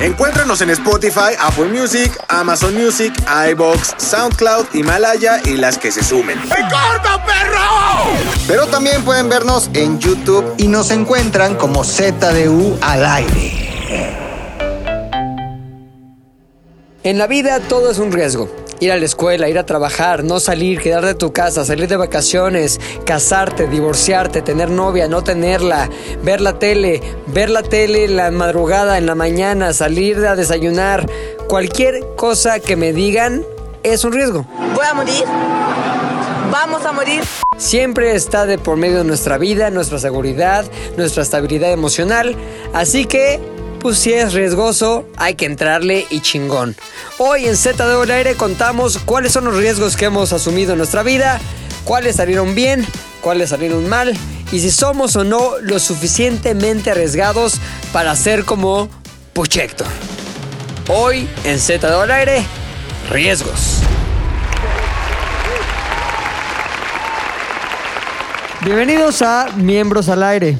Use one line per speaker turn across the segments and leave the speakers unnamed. Encuéntranos en Spotify, Apple Music, Amazon Music, iBox, SoundCloud, Himalaya y las que se sumen.
Pero también pueden vernos en YouTube.
y nos encuentran como ZDU al aire.
En la vida todo es un riesgo. Ir a la escuela, ir a trabajar, no salir, quedar de tu casa, salir de vacaciones, casarte, divorciarte, tener novia, no tenerla, ver la tele, ver la tele en la madrugada, en la mañana, salir a desayunar, cualquier cosa que me digan es un riesgo.
Voy a morir. Vamos a morir.
Siempre está de por medio nuestra vida, nuestra seguridad, nuestra estabilidad emocional. Así que, pues si es riesgoso, hay que entrarle y chingón. Hoy en Z de al Aire contamos cuáles son los riesgos que hemos asumido en nuestra vida, cuáles salieron bien, cuáles salieron mal y si somos o no lo suficientemente arriesgados para ser como Puchector. Hoy en Z de al Aire, riesgos. Bienvenidos a Miembros al Aire.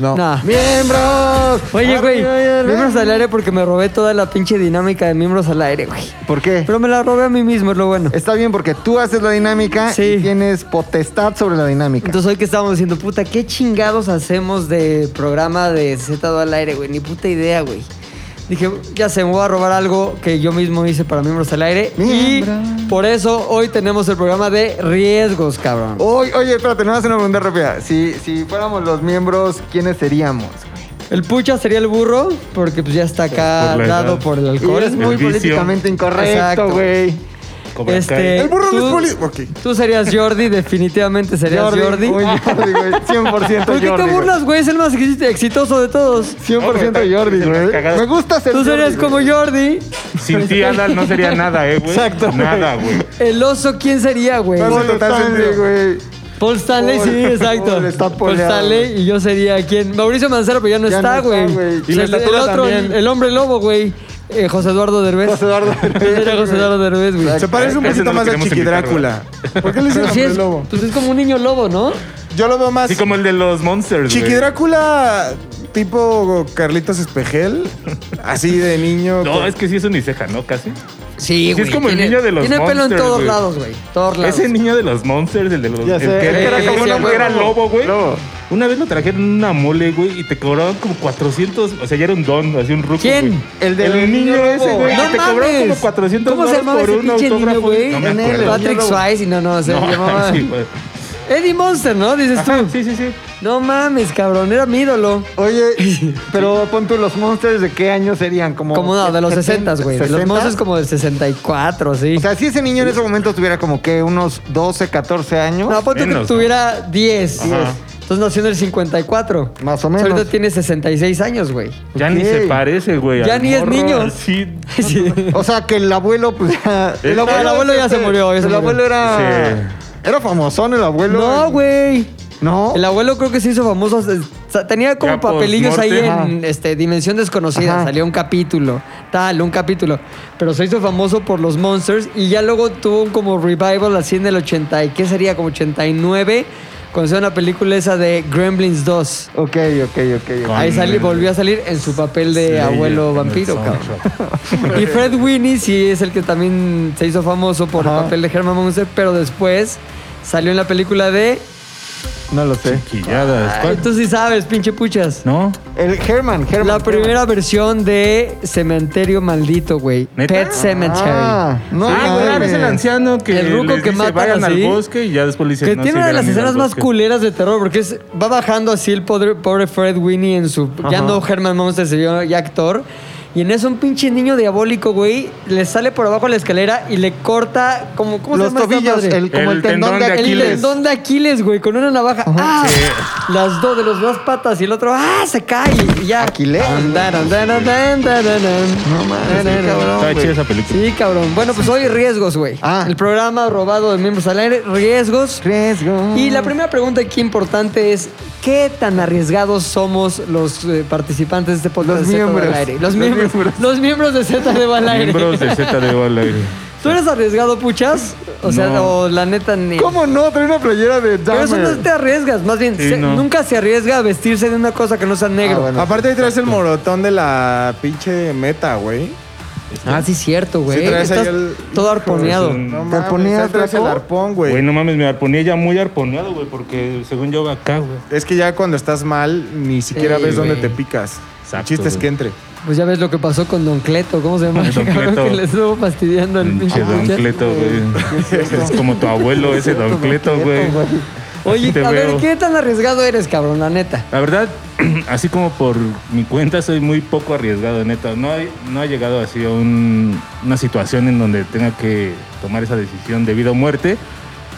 No.
¡Miembros!
Oye, güey,
Arriba y
Miembros al Aire porque me robé toda la pinche dinámica de Miembros al Aire, güey.
¿Por qué?
Pero me la robé a mí mismo, es lo bueno.
Está bien porque tú haces la dinámica
Sí.
y tienes potestad sobre la dinámica.
Entonces hoy que estábamos diciendo, puta, ¿qué chingados hacemos de programa de Z2 al Aire, güey? Ni puta idea, güey. Dije, ya se me voy a robar algo que yo mismo hice para Miembros al Aire. Y
Miembros.
por eso hoy tenemos el programa de riesgos, cabrón.
Oy- oye, espérate, nada más una pregunta rápida. Si, si fuéramos los miembros, ¿quiénes seríamos?
El pucha sería el burro porque pues ya está acá
por la
dado
edad.
por el alcohol.
Eres muy
El vicio.
políticamente
Exacto.
incorrecto, güey.
Cobra
Este,
Kai.
El burro no es poli- Tú serías Jordi, definitivamente serías Jordi.
Uy, Jordi, güey. 100%
¿Por qué
Jordi.
te
güey.
burlas, güey? Es el más exi- exitoso de todos.
100% Jordi, güey.
Cagado.
Me gusta ser
Tú serías
Jordi,
como
güey.
Jordi.
Sin ti, Adal, no sería nada, ¿eh, güey?
Exacto, güey.
Nada, güey.
El oso, ¿quién sería, güey?
Paul
Paul,
Stanley, güey.
Stanley,
Paul-
sí, exacto.
Paul está
Paul
poleado,
Stanley y yo sería quién. Mauricio Manzaro, pero ya no
Ya
está,
no está,
güey.
güey. Y
O sea,
la
el, el
estatura
otro,
también.
el hombre lobo, güey. Eh, José Eduardo Derbez.
José Eduardo
Yo
Derbez,
sería José
güey.
Eduardo Derbez, güey.
Exacto.
Se parece un
Ese no
poquito
lo
más a
queremos
Chiqui
invitar,
Drácula. ¿Por qué le
Pero
dicen
sí
hombre
es,
lobo?
pues es como un niño lobo, ¿no?
Yo lo veo más.
Así como el de los Monsters,
Chiqui
güey.
Drácula tipo Carlitos Espejel, así de niño.
No,
con-
es que sí es uniceja, ¿no? Casi.
Sí,
es
güey.
como el
tiene-
niño de los
Tiene pelo en
Monsters,
todos
güey.
lados, güey. Todos lados.
Ese niño de los Monsters, el de los...
Ya
el
sé.
que
Sí,
era, como
Eh, sí,
una-
güey.
era lobo, güey.
Lobo.
Una vez lo trajeron en una mole, güey, y te cobraban como 400... O sea, ya era un don, así un ruco,
¿Quién?
güey.
El
El,
del niño
niño ese,
lobo.
güey.
No
que te cobraban
mames.
como 400
¿Cómo se
varos
llamaba
por
ese
un
pinche niño,
autógrafo.
güey?
No me
En él,
acuerdo.
Patrick Swayze, no, no, se
No,
llamaba.
sí, güey.
Eddie Monster, ¿no? Dices tú.
Ajá, sí, sí, sí.
No mames, cabrón, era mi ídolo.
Oye, pero pon tú los monsters de qué año serían? Como,
Como no, de los 60, güey. De los
60?
monstruos como del 64, sí.
O sea, si ese niño en ese momento tuviera como que unos 12, 14 años.
no, ponte
menos,
que
¿no?
tuviera 10.
Ajá.
Entonces nació en el 54.
Más o
Entonces, Ahorita
menos.
tiene 66 años, güey.
Ya ni
Ok.
se parece, güey.
Ya
al
ni es
morro,
niño.
así.
Sí.
O sea, que el abuelo, pues ya.
El
abuelo- el abuelo ya se murió, ya se
el
murió.
abuelo
Ah.
era. Era famosón el abuelo.
No, güey.
No.
El abuelo creo que se hizo famoso. se- se- Tenía como
Ya
papelillos ahí
post-mortem.
en este, Dimensión Desconocida.
Ajá.
Salió un capítulo, tal, un capítulo. Pero se hizo famoso por los Monsters y ya luego tuvo un como revival así en el 80 y qué sería, como 89, cuando se hizo una película esa de Gremlins 2.
Ok, ok, ok. ok.
Con-
Ahí sali- volvió a salir en su papel de
Slayer
abuelo
en el
vampiro, cabrón.
soundtrack.
Y Fred Winnie sí es el que también se hizo famoso por el
Ajá.
papel de Herman Munster, pero después salió en la película de...
No lo sé.
Chiquilladas.
Ay,
¿cuál?
tú sí sabes, pinche puchas.
¿No?
El Herman, Herman.
La
Herman.
primera versión de Cementerio Maldito, güey.
¿Neta?
Pet Cemetery.
Ah, no,
ah,
mames.
güey, ahora es el anciano que
El ruco
les
que
dice,
matan
vayan
así".
al bosque y ya después le dicen
que
"No,
tiene
sí,
una de
vayan
las
a ir al
escenas más
bosque".
culeras de terror, porque es- va bajando así el pobre, pobre Fred Winnie en su. Ya no Herman Monster, se vio ya actor. Y en eso un pinche niño diabólico, güey, le sale por abajo la escalera y le corta como ¿cómo
Los
se llama esta
tobillos,
madre?
el, como el,
El
tendón,
tendón
de
de
El
Aquiles.
tendón de Aquiles, güey, con una navaja. ¡Ah! Las dos de las dos patas y el otro, ¡ah! Se cae y ya.
Aquiles.
Andan, andan, andan, andan, andan.
No mames, qué
Andan,
cabrón.
Está
güey.
chida esa película.
Sí, cabrón. Bueno, pues hoy riesgos, güey.
Ah.
El programa robado de miembros al aire, riesgos.
Riesgo.
Y la primera pregunta aquí importante es, ¿qué tan arriesgados somos los eh, participantes de este podcast
Los
de Z de
miembros.
Al Aire? Los,
Los
miembros,
miembros.
Los miembros de Z de Al Aire.
Miembros de Z de al aire.
¿Tú eres arriesgado, puchas? O sea,
No.
o la neta ni...
¿Cómo no? Trae una playera de
Pero eso no
Dahmer.
te arriesgas, más bien,
Sí,
se-
no.
nunca se arriesga a vestirse de una cosa que no sea negro.
Ah, bueno.
Aparte ahí traes el morotón de la pinche meta, güey.
Ah, sí, cierto, güey.
Sí, traes ahí
Estás
el-
todo arponeado.
es pues, un-
No
¿Te
mames,
ponías
ahí traes el
trapo?
arpón,
Güey,
güey.
no mames, me arponía ya muy arponeado, güey, porque según yo acá, güey.
Es que ya cuando estás mal, ni siquiera
Sí,
ves dónde
güey.
te picas.
Exacto,
el chiste es
güey.
que entre.
Pues ya ves lo que pasó con Don Cleto, ¿cómo se llama?
Don
El cabrón
Cleto.
que le estuvo fastidiando el pinche
Pinche Don
Puchas.
Cleto, güey. Es como tu abuelo ese Don Cleto, güey.
Oye,
Te
a ver,
veo.
¿qué tan arriesgado eres, cabrón? La neta.
La verdad, así como por mi cuenta, soy muy poco arriesgado, neta. No, he- no ha llegado así a un- una situación en donde tenga que tomar esa decisión de vida o muerte.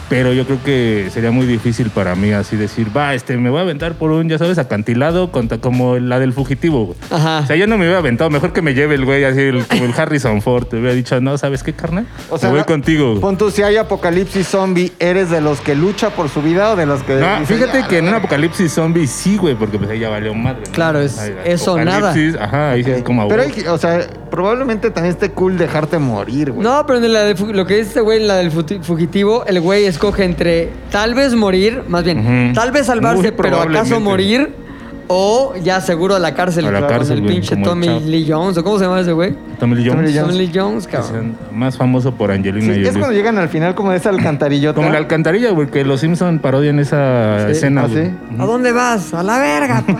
Pero yo creo que sería muy difícil para mí así decir, va, este, me voy a aventar por un, ya sabes, acantilado contra como la del fugitivo. güey".
Ah.
Ajá.
O sea, yo no me hubiera aventado, mejor que me lleve el güey así, el, como el Harrison Ford. Te hubiera dicho, no, ¿sabes qué, carnal?
O sea,
me voy
no-
contigo. güey".
Pon tú, si hay apocalipsis zombie, ¿eres de los que lucha por su vida o de los que.?
No,
dice,
Ah, fíjate
"Ya,
que en
la
un
verga"?
apocalipsis zombie sí, güey, porque pues ahí ya valió madre. ¿no?
Claro, es-
Ahí,
eso, nada.
apocalipsis, Ajá, ahí sí es como
Pero,
abuelo.
hay- o sea, probablemente también esté cool dejarte morir, güey.
No, pero en la de fu- lo que dice este güey en la del futi- fugitivo, el güey escoge entre tal vez morir, más bien,
Ujú.
tal vez salvarse,
Muy
pero acaso
probablemente.
morir, o ya seguro a la cárcel,
A la
cabrón,
cárcel,
el
güey,
pinche
como el
Tommy
chavo.
Lee Jones, ¿o cómo se llama ese güey?
Tommy Lee Jones,
Tommy Lee Jones, cabrón.
que es más famoso por
Sí,
Angelina
es
Jolie.
cuando llegan al final como de esa alcantarillota.
Como la alcantarilla, güey, que los Simpson parodian esa
Sí.
escena,
Ah,
güey.
¿sí?
¿A dónde vas? A la verga, pues.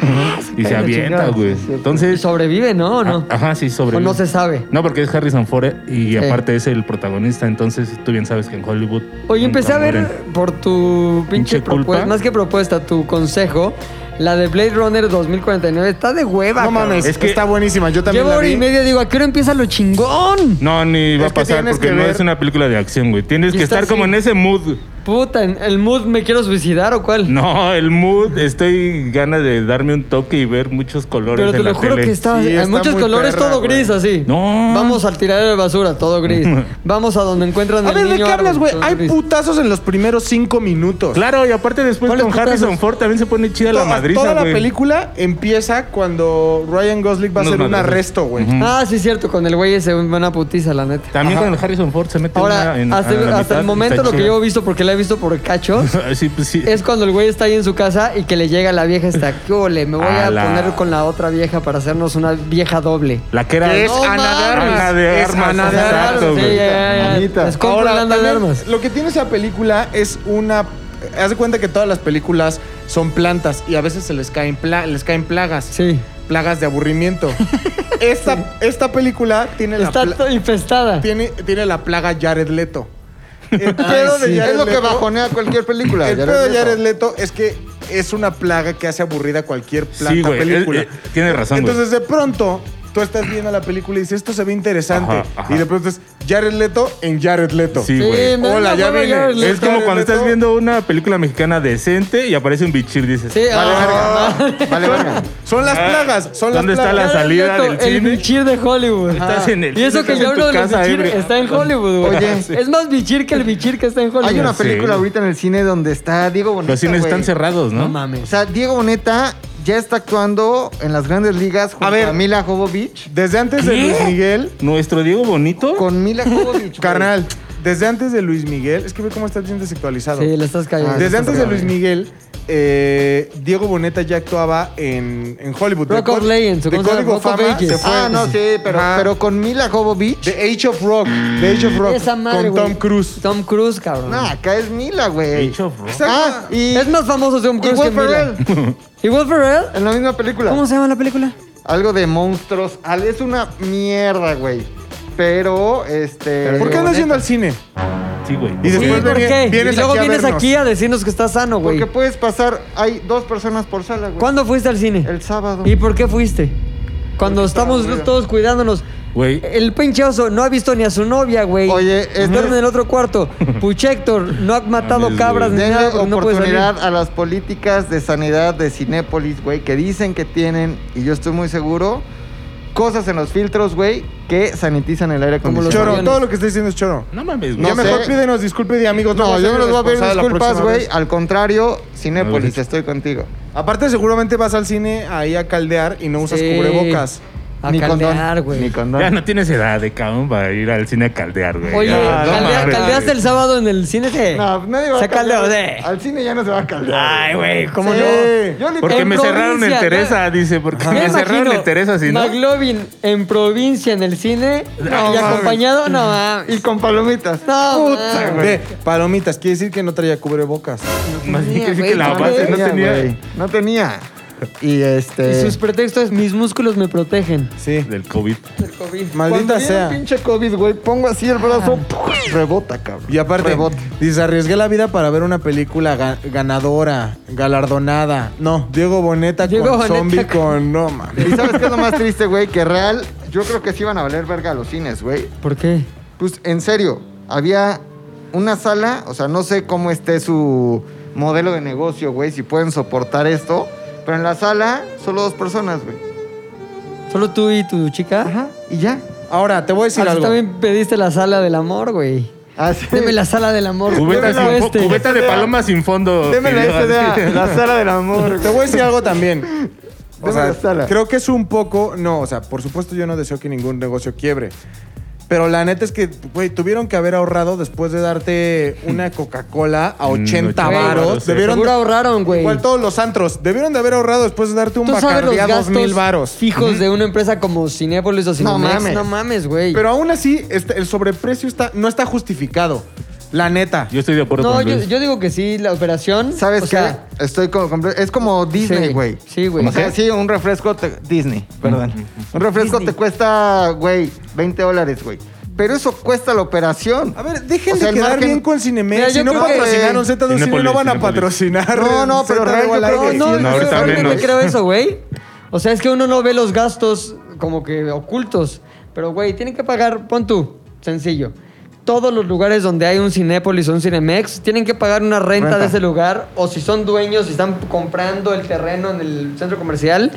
Y se
Ay, la
avienta,
chingada,
güey. Ah,
sí, es cierto.
¿Y
Entonces...
sobrevive, no? ¿O no?
a- Ajá, sí, sobre.
O no se sabe.
No, porque es Harrison Ford eh, y
Sí.
aparte es el protagonista, entonces tú bien sabes que en Hollywood...
Oye,
nunca
empecé a ver
mueren.
por tu pinche
Pinche culpa.
propuesta, más que propuesta, tu consejo, la de Blade Runner 2049. Está de hueva,
No
cabrón.
mames,
Es que-
está buenísima. Yo también
Llevo
la
hora
vi.
y media, digo, ¿a qué hora empieza lo chingón?
No, ni va
Es
a
que
pasar
tienes
porque
que
no
ver-
es una película de acción, güey. Tienes
Y
que
está
estar como
así.
en ese mood.
Puta, ¿en el mood me quiero suicidar o cuál?
No, el mood, estoy gana de darme un toque y ver muchos colores
Pero te
en la
lo juro
tele.
que estaba
Sí,
hay
está
muchos
muy
colores,
perra,
todo
güey.
gris así.
No.
Vamos al tiradero de basura, todo gris. Vamos a donde encuentran
A
el
ver, ¿de
niño
qué hablas,
árbol,
güey?
todo
Hay
gris.
putazos en los primeros cinco minutos.
Claro, y aparte después
¿Cuáles
con Harrison
putazos?
Ford también se pone chida la
Toda-
madriza,
Toda la
güey.
película empieza cuando Ryan Gosling va a
Unos
hacer un
madrazos.
arresto, güey.
Ujú.
Ah, sí, cierto, con el güey ese, una putiza, la neta.
Mm. También con el Harrison Ford se mete
Ahora,
una en,
hasta,
a la
hasta el
mitad,
momento
está
lo que
chida.
yo he visto, porque la he visto por cachos,
sí, pues sí.
es cuando el güey está ahí en su casa y que le llega la vieja esta. ¿Qué ole? Me voy a,
A la-
poner con la otra vieja para hacernos una vieja doble.
La que era
Es
No
Ana de
mames.
Armas.
Ana de
Es
Armas,
Ana de
exacto,
Armas.
güey.
Sí, ya, ya, ya.
Anita.
Les compro
Ahora,
la Ana de
también,
armas.
Lo que tiene esa película es una. Haz de cuenta que todas las películas son plantas y a veces se les caen, pla- les caen plagas.
Sí.
Plagas de aburrimiento. esta, esta película tiene la,
Está
pla-
to- infestada.
tiene, tiene la plaga Jared Leto. El pedo de Jared
Es lo que
Leto-
bajonea cualquier película.
El
Jared
pedo de
Leto.
Jared Leto es que es una plaga que hace aburrida cualquier planta
Sí, güey, eh,
película.
él- él- tiene razón, güey.
Entonces, de pronto, tú estás viendo la película y dices, esto se ve interesante.
Ajá, ajá.
Y de pronto es Jared Leto en Jared Leto.
Sí, güey.
me da
Hola,
la
ya
hueva
viene.
Jared Leto.
Es como cuando
Leto.
estás viendo una película mexicana decente y aparece un bichir, dices.
Sí,
Vale,
ah,
verga. Vale, verga.
Son las
Ah,
plagas, son las
¿dónde está
plagas.
la
Jared
salida
Leto,
del cine?
El bichir de Hollywood.
Estás en el
y eso
cine,
que
estás
yo
en tu
hablo de los
casa,
bichir
ebrio.
está en Hollywood, güey.
Oye.
es más bichir que el bichir que está en Hollywood.
Hay una
Sí.
película ahorita en el cine donde está Diego Boneta.
Los cines
güey.
están cerrados, ¿no?
No mames.
O sea, Diego Boneta ya está actuando en las grandes ligas junto a,
A ver.
Mila Jovovich.
Desde antes de Luis Miguel,
Nuestro Diego Bonito.
Con Mila Jovovich. güey.
carnal, desde antes de Luis Miguel, es que ve cómo estás bien desactualizado.
Sí, le estás cayendo.
Ah,
Desde
está
antes de
cabrón.
Luis Miguel, eh, Diego Boneta ya actuaba en, en Hollywood.
Rock of
Cod-
Legends, ¿o
de
cómo se llama?
Código
Rock of
Fama
Ages.
se fue.
Ah, no, sí, pero,
Ajá.
pero con Mila Jovovich.
The Age of Rock. The Age of Rock.
Esa madre,
con
güey.
Tom Cruise.
Tom Cruise, cabrón.
No, acá es Mila, güey.
Age of Rock.
Ah, y,
Es más famoso Tom
y
Cruise que
Will
Mila.
Ferrell.
¿Y Will Ferrell?
En la misma película.
¿Cómo se llama la película?
Algo de monstruos. Al- Es una mierda, güey. Pero, este.
¿Por qué andas
Diego Boneta-
yendo al cine?
Sí, güey.
Y
¿Y
después
por
viene-
qué?
vienes
y luego
aquí a
vienes
vernos.
aquí a decirnos que está sano, güey.
Porque puedes pasar. Hay dos personas por sala, güey.
¿Cuándo fuiste al cine?
El sábado.
¿Y por qué fuiste? Cuando estamos todos cuidándonos.
Güey.
eh,
El pinche oso no ha visto ni a su novia, güey.
Oye, este-
duerme en el otro cuarto. Puchector no ha matado
Mames,
cabras ni
Denle
nada porque no puede salir.
oportunidad a las políticas de sanidad de Cinépolis, güey, que dicen que tienen, y yo estoy muy seguro, cosas en los filtros, güey, que sanitizan el aire
Como los
acondicionado.
Choro,
aviones.
todo lo que está diciendo es choro.
No mames,
No
güey.
ya mejor
sé.
pídenos disculpas y amigos.
No,
vas
yo no
ser
les voy a pedir
responsable la
disculpas,
próxima
güey.
vez.
Al contrario, Cinépolis,
dicho.
estoy contigo.
Aparte, seguramente vas al cine ahí a caldear y no usas
Sí.
cubrebocas.
A
Ni condón,
caldear,
Ni
güey.
condón.
Ya no tienes edad de cabrón para ir al cine a caldear, güey.
Oye,
Ya, no
caldea-
mames,
¿caldeaste
güey.
el sábado en el cine? te?
No, nadie va
Se
a caldear.
caldeó, sí.
Al cine ya no se va a caldear.
Ay, güey, ¿cómo
Sí.
no?
Yo ni
Porque
En
me cerraron en
provincia,
Teresa, dice. Porque
Ya
me cerraron
imagino,
en Teresa, si no.
McLovin en provincia, en el cine.
No
y
mames.
acompañado, no mames.
Y con palomitas.
No, mames.
De palomitas, quiere decir que no traía cubrebocas.
Más bien que sí
güey,
que la
no
base no tenía.
güey, No tenía. Y este...
Y sus pretextos, mis músculos me protegen.
Sí.
Del COVID.
Cuando
Maldita
viene
sea.
un pinche COVID, güey, pongo así el brazo, ¡puf! rebota, cabrón.
Y aparte,
Rebote.
dice, arriesgué la vida para ver una película ga- ganadora, galardonada. No, Diego Boneta
Diego
con
Boneta
zombie
con-
con... No, mames.
¿Y sabes qué es lo más triste, güey? Que real, yo creo que sí iban a valer verga los cines, güey.
¿Por qué?
Pues en serio, había una sala, o sea, no sé cómo esté su modelo de negocio, güey, si pueden soportar esto, pero en la sala solo dos personas, güey.
¿Solo tú y tu chica?
Ajá, y ya.
Ahora, te voy a decir
Así
algo.
Ah, también pediste la sala del amor, güey.
Ah,
Así.
Deme la sala del amor.
Cubeta,
Deme
sin fo-
este.
cubeta de paloma sin fondo.
Deme la
pidió así.
SDA, la sala del amor,
Te
güey.
voy a decir algo también. O
Deme
sea,
la sala.
creo que es un poco... No, o sea, por supuesto yo no deseo que ningún negocio quiebre. Pero la neta es que, güey, tuvieron que haber ahorrado después de darte una Coca-Cola a 80
80
varos.
varos, sí.
Debieron
Seguro ahorraron, güey.
Igual todos los antros. Debieron de haber ahorrado después de darte un
Tú sabes los
Bacardí a
gastos
2000 varos.
fijos de una empresa como Cinépolis o Cinemex.
mames.
No mames, güey.
Pero aún así, este- el sobreprecio está, no está justificado. La neta.
Yo estoy de acuerdo
No,
con
yo,
Luis.
yo digo que sí, la operación.
¿Sabes
o
qué?
sea,
Estoy como comple- es como Disney,
Sí,
güey.
sí, güey.
O sea,
¿Cómo
sí, un refresco te- Disney, perdón. Un refresco
Disney.
te cuesta, güey, 20 dólares, güey. Pero eso cuesta la operación.
A ver, dejen
O sea,
de
el
quedar
margen-
bien con Cinemex.
Mira, yo
si no
creo que-
patrocinaron Z2 Cine,
Cinépolis,
no van a
Cinépolis.
patrocinar.
No, no, pero
Z2
real, yo
al
creo
aire.
que
No,
sí,
no,
no,
yo
ahorita
realmente
menos.
creo eso, güey. O sea, es que uno no ve los gastos como que ocultos. Pero, güey, tienen que pagar, pon tú, sencillo. Todos los lugares donde hay un Cinépolis o un Cinemex tienen que pagar una renta,
Renta.
de ese lugar. O si son dueños y están comprando el terreno en el centro comercial,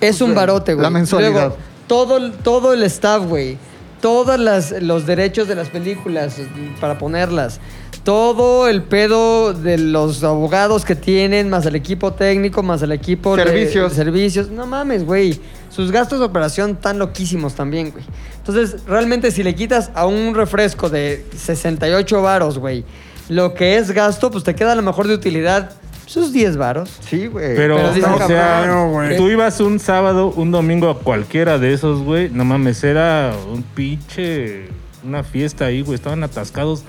es un barote, güey.
la mensualidad.
Luego, todo, el- todo el staff, güey. Todos los derechos de las películas eh, para ponerlas. Todo el pedo de los abogados que tienen, más el equipo técnico, más el equipo de-
Servicios.
de servicios. No mames, güey. Sus gastos de operación tan loquísimos también, güey. Entonces, realmente si le quitas a un refresco de 68 varos, güey, lo que es gasto, pues te queda a lo mejor de utilidad sus 10 varos.
Sí, güey.
Pero,
Pero dice
o sea,
cabrón, güey.
tú ibas un sábado, un domingo a cualquiera de esos, güey. No mames, era un pinche. Una fiesta ahí, güey. Estaban atascados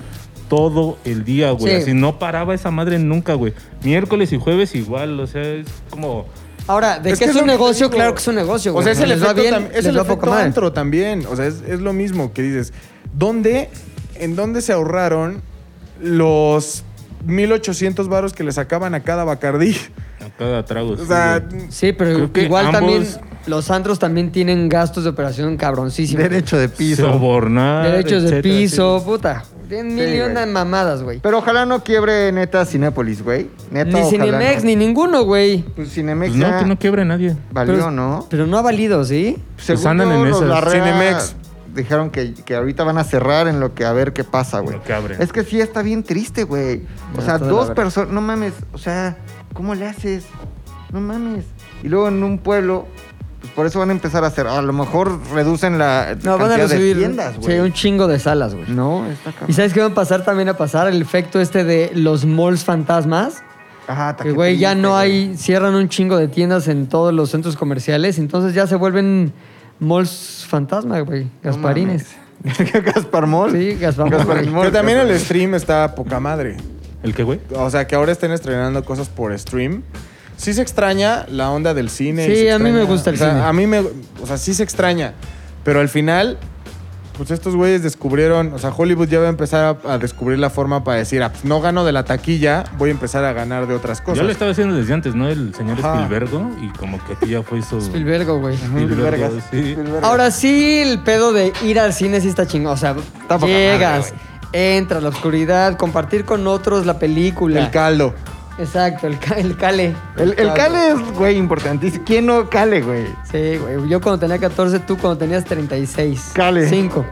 todo el día, güey.
Sí.
Así no paraba esa madre nunca, güey. Miércoles y jueves igual, o sea, es como.
Ahora, de
Es
que,
que
es
es
un
lo que te
negocio,
digo.
claro que es un negocio,
O
güey.
sea, es el
Les va
efecto,
bien,
tam- es
les
el
va poca
efecto
madre.
antro también. O sea, es, es lo mismo que dices. ¿Dónde, ¿En dónde se ahorraron los 1800 varos que le sacaban a cada Bacardí?
A cada trago.
O
sí,
sea,
güey.
Sí, pero
Creo que
igual
ambos-
también los antros también tienen gastos de operación cabroncísimos.
Derecho de piso.
Sobornar.
Derechos de
etcétera,
piso, puta. Tienen mil y
güey.
una mamadas, güey.
Pero ojalá no quiebre neta Cinépolis, güey. Neta,
Ni
ojalá
Cinemex,
no.
ni ninguno, güey.
Pues
sí.
Cinemex
Pues no,
ya
que no quiebre nadie.
valió,
pero,
¿no?
Pero no ha valido, ¿sí?
pues andan en
los
esas.
Larrea
Cinemex.
Dijeron que, que ahorita van a cerrar en lo que a ver qué pasa, Ah, güey.
Lo que abren.
Es que sí está bien triste, güey. O
Ya,
sea,
está de la
dos
verga.
personas. No mames. O sea, ¿cómo le haces? No mames. Y luego en un pueblo, pues por eso van a empezar a hacer. A lo mejor reducen la.
No, van a
cantidad de
recibir
tiendas,
sí,
güey.
un chingo de salas, güey.
No, está acá.
¿Y sabes qué va a pasar también a pasar? El efecto este de los malls fantasmas.
Ajá, está
Que,
qué
güey, ya
triste,
no
güey.
hay... Cierran un chingo de tiendas en todos los centros comerciales. Entonces ya se vuelven malls fantasma, güey. Gasparines.
Gaspar Mol.
Sí, Gaspar Mol, güey.
Mol,
Pero también
Gaspar
el stream está poca madre.
¿El qué, güey?
O sea, que ahora estén estrenando cosas por stream. Sí se extraña la onda del cine. y
Sí,
se
a mí me
extraña-
gusta el
o sea,
cine.
A mí me... O sea, sí se extraña. Pero al final, pues estos güeyes descubrieron, o sea, Hollywood ya va a empezar a, a descubrir la forma para decir, ah, pues no gano de la taquilla, voy a empezar a ganar de otras
Yo
cosas.
lo estaba haciendo desde antes, ¿no? El señor
Ajá.
Spielbergo y como que aquí ya fue su...
Spielbergo, güey.
Spielbergo, sí.
Ahora sí, el pedo de ir al cine sí está chingón. O sea,
poca
llegas, entras, la oscuridad, compartir con otros la película.
El caldo.
Exacto, el, ca- el cale.
El, el cale es, güey, importantísimo. ¿Quién no cale, güey?
Sí, güey. Yo cuando tenía 14, tú cuando tenías 36.
Cale.
5.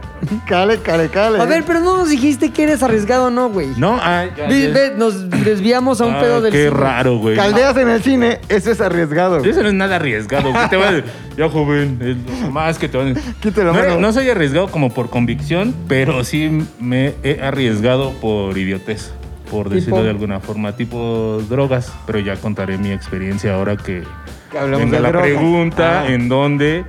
Cale, cale, cale.
A ver, pero no nos dijiste que eres arriesgado o no, güey.
No, ah, ya,
Ve-
ya.
ve, nos desviamos a un
Ah,
pedo del
Qué
cine.
raro, güey.
Caldeas en el cine, eso es arriesgado.
Eso no es nada arriesgado. ¿Qué te va a- Ya, joven, el- más que te van a-
Quítelo,
no,
mano.
no soy arriesgado como por convicción, pero sí me he arriesgado por idiotez, por decirlo
Tipo.
de alguna forma, tipo drogas. Pero ya contaré mi experiencia ahora que
Que hablamos
venga
de
la
drogas.
pregunta
Ah.
en donde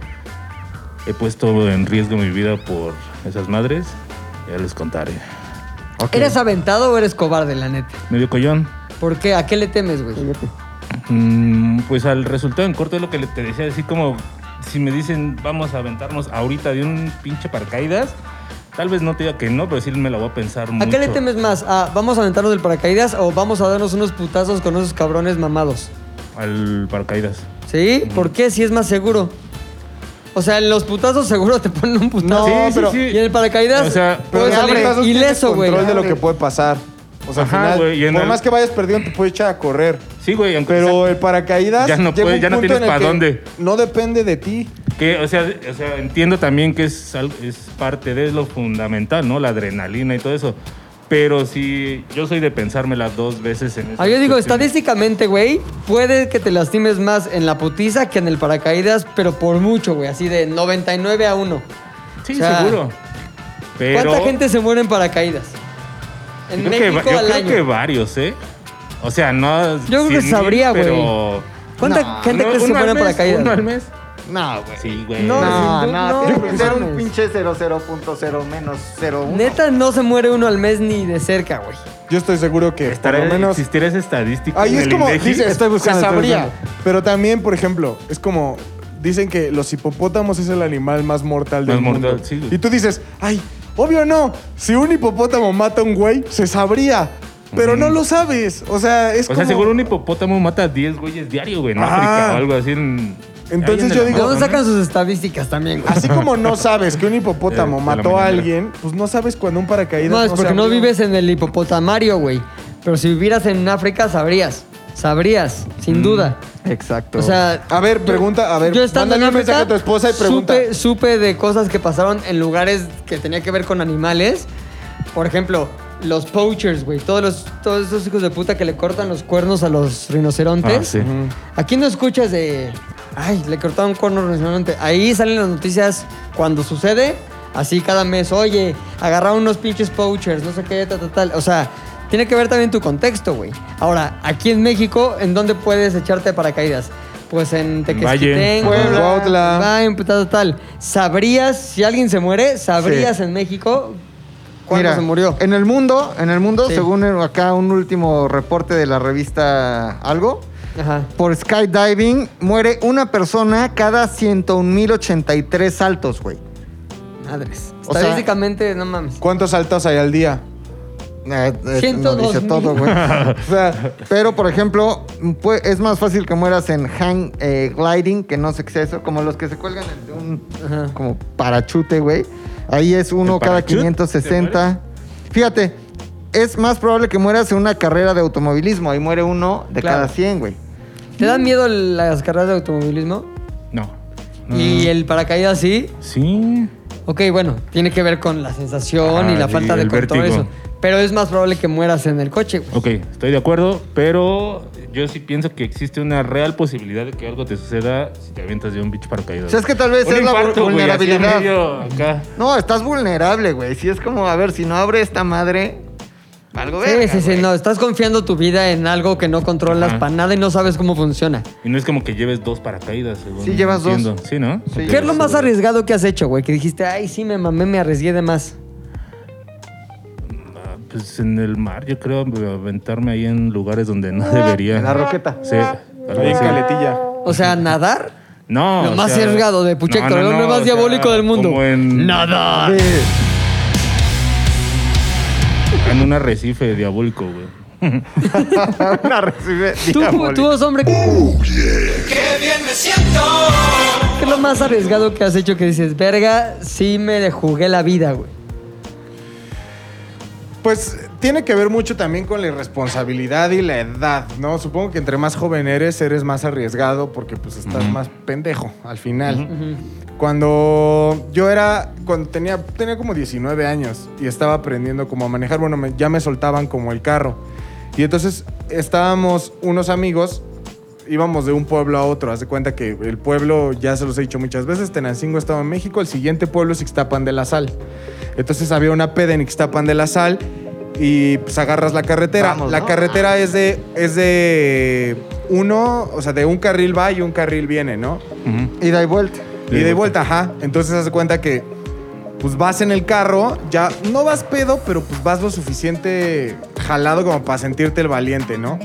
he puesto en riesgo mi vida por esas madres. Ya les contaré.
¿Eres aventado o eres cobarde, la neta?
Medio collón.
¿Por qué? ¿A qué le temes, güey?
Mm, pues al resultado en corto es lo que le- te decía, así como si me dicen vamos a aventarnos ahorita de un pinche paracaídas, tal vez no te diga que no, pero sí me la voy a pensar mucho.
¿A qué le temes más? ¿A ¿Vamos a aventarnos del paracaídas o vamos a darnos unos putazos con esos cabrones mamados?
Al paracaídas.
¿Sí?
Mm.
¿Por qué? Si es más seguro. O sea, en los putazos seguro te ponen un putazo.
No, Sí, sí, pero- sí.
Y en el paracaídas
O sea,
Pero
puedes
en
salir
otros casos tienes
ileso, güey.
control de lo que puede pasar. O sea, al
Ajá,
final,
güey, y en
por
el-
más que vayas perdiendo, te puedes echar a correr.
Sí, güey, aunque
Pero
sea-
el paracaídas
Ya no
llega
puedes,
un
ya no
punto
tienes
en el
pa'
que
dónde.
No depende de ti.
que, o sea, o sea, entiendo también que es, al- es parte de lo fundamental, ¿no? La adrenalina y todo eso. Pero sí, yo soy de pensármela dos veces en
Ah,
esas
yo digo,
cuestiones.
estadísticamente, güey, puede que te lastimes más en la putiza que en el paracaídas, pero por mucho, güey, así de 99 a 1.
Sí,
o sea,
seguro. Pero
¿Cuánta gente se muere en paracaídas? En
Yo creo que va-
México
yo
al
creo
año.
que varios, ¿eh? O sea, no.
Yo creo que
100 mil,
sabría, güey.
pero-
¿Cuánta gente
No,
crees que se
uno al
muere en
mes,
paracaídas?
Uno al mes.
No, güey.
Sí, güey.
No,
No,
sin duda,
no,
no,
tiene que
no
ser un
mames.
pinche 00.0 menos 01.
Neta, no se muere uno al mes ni de cerca, güey.
Yo estoy seguro que por
Estará,
lo menos.
existiera esa estadística.
Ahí
en
es
el
como,
INEGI.
dice,
Estoy buscando,
se
estoy
sabría.
buscando.
Pero también, por ejemplo, es como, dicen que los hipopótamos es el animal más mortal del
Más
mundo.
mortal, sí, güey.
Y tú dices, ay, obvio no, si un hipopótamo mata a un güey, se sabría. Pero no lo sabes, o sea, es
O
como...
sea, seguro un hipopótamo mata a 10 güeyes diario, güey, en
Ajá.
África o algo así. en-
Entonces
ahí en
yo
el
digo-
¿De dónde
Amazonas.
sacan sus estadísticas también, güey?
Así como no sabes que un hipopótamo
Eh, de la
mató a
mañanera.
alguien, pues no sabes cuando un paracaídas
No, es
se
porque no
abrió.
vives en el hipopotamario, güey. Pero si vivieras en África, sabrías. Sabrías, sin duda.
Exacto.
O sea.
Mm, A ver, pregunta, a ver,
Yo estando en
mándale un
África,
mensaje a tu esposa y pregunta.
Supe, supe de cosas que pasaron en lugares que tenía que ver con animales. Por ejemplo, los poachers, güey. Todos, los- todos esos hijos de puta que le cortan los cuernos a los rinocerontes.
Ah, sí.
Aquí no escuchas de. Ay, le cortaron cuerno rinoceronte. Ahí salen las noticias cuando sucede. Así cada mes, oye, agarraron unos pinches poachers, no sé qué, tal, tal, tal. O sea, tiene que ver también tu contexto, güey. Ahora, aquí en México, ¿en dónde puedes echarte paracaídas? Pues en Tequesquitén,
Valle.
Puebla,
Ajá. Cuautla.
Valle, tal, tal, tal. ¿Sabrías, si alguien se muere, sabrías en México cuándo
Mira,
se murió?
En el mundo, en el mundo,
Sí.
según acá un último reporte de la revista Algo,
Ajá.
por skydiving muere una persona cada 101.083 saltos, güey.
Madres.
O sea-
Estadísticamente, no mames.
¿Cuántos saltos hay al día?
Eh, eh, no
102,000.
dice todo, güey.
O sea,
Pero, por ejemplo, pue- es más fácil que mueras en hang eh, gliding, que no sé qué es eso, como los que se cuelgan de un
Ajá.
como parachute, güey. Ahí es uno
¿El
cada
parachute?
560. Fíjate, es más probable que mueras en una carrera de automovilismo. Ahí muere uno de
Claro.
cada 100, güey.
¿Te dan miedo las carreras de automovilismo?
No.
Mm.
Y el paracaídas sí.
Sí.
Ok, bueno, tiene que ver con la sensación
Ah,
y la
sí,
falta de
el
control.
vértigo.
Eso. Pero es más probable que mueras en el coche, güey.
Ok, estoy de acuerdo, pero yo sí pienso que existe una real posibilidad de que algo te suceda si te avientas de un bicho
O
paracaídas.
sea, es que tal vez
Un
es la
infarto, güey, así en
vulnerabilidad.
medio acá.
No, estás vulnerable, güey. Si es como, a ver, si no abre esta madre, algo
Sí, sí, sí, no, estás confiando tu vida en algo que no controlas
Ajá.
para nada y no sabes cómo funciona.
Y no es como que lleves dos paracaídas, según
Sí, llevas dos.
entiendo. Sí, ¿no?
Sí.
Ok.
¿Qué es lo más arriesgado que has hecho, güey? Que dijiste, ay, sí, me mamé, me arriesgué de más.
Ah, Pues en el mar, yo creo aventarme ahí en lugares donde no debería.
En Ah, la roqueta.
Sí. Tal
Ahí en
vez sí.
caletilla.
O sea, nadar.
No.
Lo
o
más
sea,
arriesgado de Puchector, lo más
o
diabólico del mundo.
Como en,
Nada.
en un arrecife diabólico, güey.
Una recibe
Tú,
diabólica.
tú, hombre. ¿Qué es lo más arriesgado que has hecho que dices, verga, sí me jugué la vida, güey?
Pues tiene que ver mucho también con la irresponsabilidad y la edad, ¿no? Supongo que entre más joven eres, eres más arriesgado porque pues estás más pendejo al final. Cuando yo era, cuando tenía, tenía como 19 años y estaba aprendiendo como a manejar, bueno, me- ya me soltaban como el carro. Y entonces estábamos unos amigos, íbamos de un pueblo a otro. Haz de cuenta que el pueblo, ya se los he dicho muchas veces, Tenancingo estaba en México, el siguiente pueblo es Ixtapan de la Sal. Entonces había una peda en Ixtapan de la Sal y pues agarras la carretera.
Vamos,
la
¿no? Ah.
carretera es de es de uno, o sea, de un carril va y un carril viene, ¿no?
Ujú.
Ida y vuelta.
Y de vuelta, ajá. Entonces haz de cuenta que pues vas en el carro, ya no vas pedo, pero pues vas lo suficiente jalado como para sentirte el valiente, ¿no?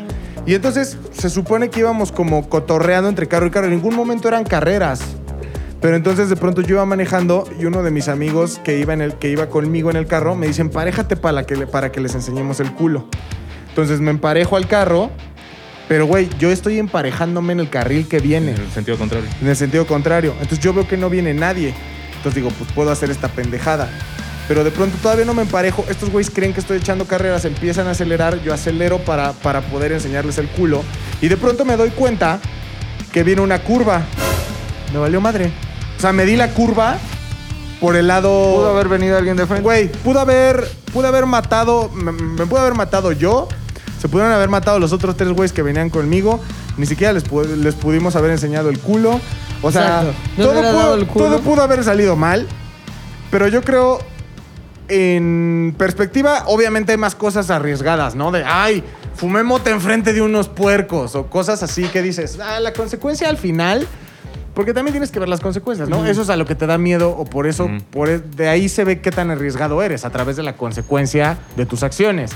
Y entonces se supone que íbamos como cotorreando entre carro y carro. En ningún momento eran carreras. Pero entonces de pronto yo iba manejando y uno de mis amigos que iba, en el, que iba conmigo en el carro me dice, emparéjate para, la que le- para que les enseñemos el culo. Entonces me emparejo al carro, pero güey, yo estoy emparejándome en el carril que viene
En el sentido contrario.
en el sentido contrario. Entonces yo veo que no viene nadie. Entonces digo, pues puedo hacer esta pendejada. Pero de pronto todavía no me emparejo. Estos güeyes creen que estoy echando carreras, empiezan a acelerar, yo acelero para, para poder enseñarles el culo. Y de pronto me doy cuenta que viene una curva. Me valió madre. O sea, me di la curva por el lado...
Pudo haber venido alguien de frente.
Güey, pudo haber, pudo haber matado, me, me pudo haber matado yo, se pudieron haber matado los otros tres güeyes que venían conmigo, ni siquiera les, pu- les pudimos haber enseñado el culo. O sea,
Exacto. No
todo,
hubiera dado
pudo,
el culo.
todo pudo haber salido mal, pero yo creo, en perspectiva, obviamente hay más cosas arriesgadas, ¿no? De, ay, fumé mota enfrente de unos puercos o cosas así que dices, ah, la consecuencia al final... Porque también tienes que ver las consecuencias, ¿no? Eso es a lo que te da miedo o por eso, por e- de ahí se ve qué tan arriesgado eres a través de la consecuencia de tus acciones.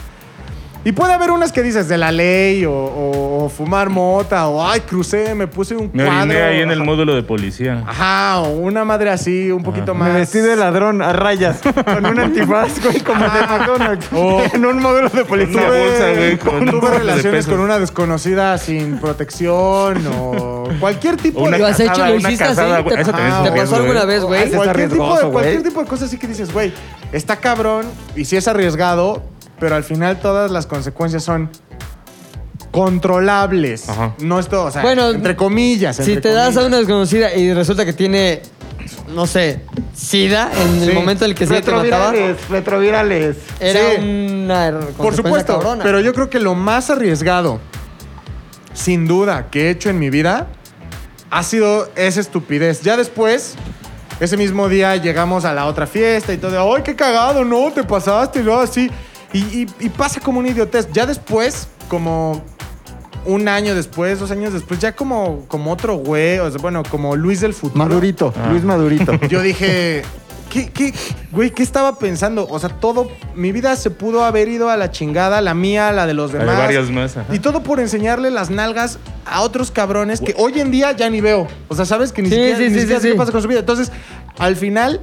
Y puede haber unas que dices de la ley o, o- o fumar mota o ay, crucé, me puse un
Me
cuadro.
oriné ahí en el módulo de policía.
Ajá, o una madre así, un poquito más.
Me vestí de ladrón a rayas con un antifaz, güey, como de McDonald's. En un módulo de
Una
policía.
bolsa, güey, con un
Tuve
par de
relaciones
pesos.
con una desconocida sin protección o cualquier tipo
Una
de...
¿Lo has hecho?
casada,
¿Lo
una
hiciste
casada,
así?
güey.
¿Te,
Eso también es
¿te
un
pasó
riesgo,
alguna
güey.
vez, güey?
Está
cualquier tipo, de,
riesgoso,
cualquier
güey.
tipo de cosas así que dices, güey, está cabrón y sí es arriesgado, pero al final todas las consecuencias son controlables.
Ajá.
No es todo, o sea,
Bueno,
entre comillas.
Si
entre
te das a
comillas.
una desconocida y resulta que tiene, no sé, sida en el
Sí.
momento en el que sí te mataba,
Retrovirales, retrovirales.
era
Sí.
una er-
Por
consecuencia
supuesto,
cabrona.
pero yo creo que lo más arriesgado, sin duda, que he hecho en mi vida ha sido esa estupidez. Ya después, ese mismo día llegamos a la otra fiesta y todo, ¡ay, qué cagado! No, te pasaste, no, así. Y, y- y pasa como un idiotez. Ya después, como un año después, dos años después, ya como, como otro güey, o sea, bueno, como Luis del futuro.
Madurito, Luis Madurito.
Yo dije, ¿qué, qué, güey, qué estaba pensando? O sea, todo, mi vida se pudo haber ido a la chingada, la mía, la de los
Hay
demás.
varias más. ajá.
Y todo por enseñarle las nalgas a otros cabrones que hoy en día ya ni veo. O sea, sabes que ni
Sí,
siquiera,
sí,
ni
sí,
siquiera
sí,
sé qué
sí.
pasa con su vida. Entonces, al final,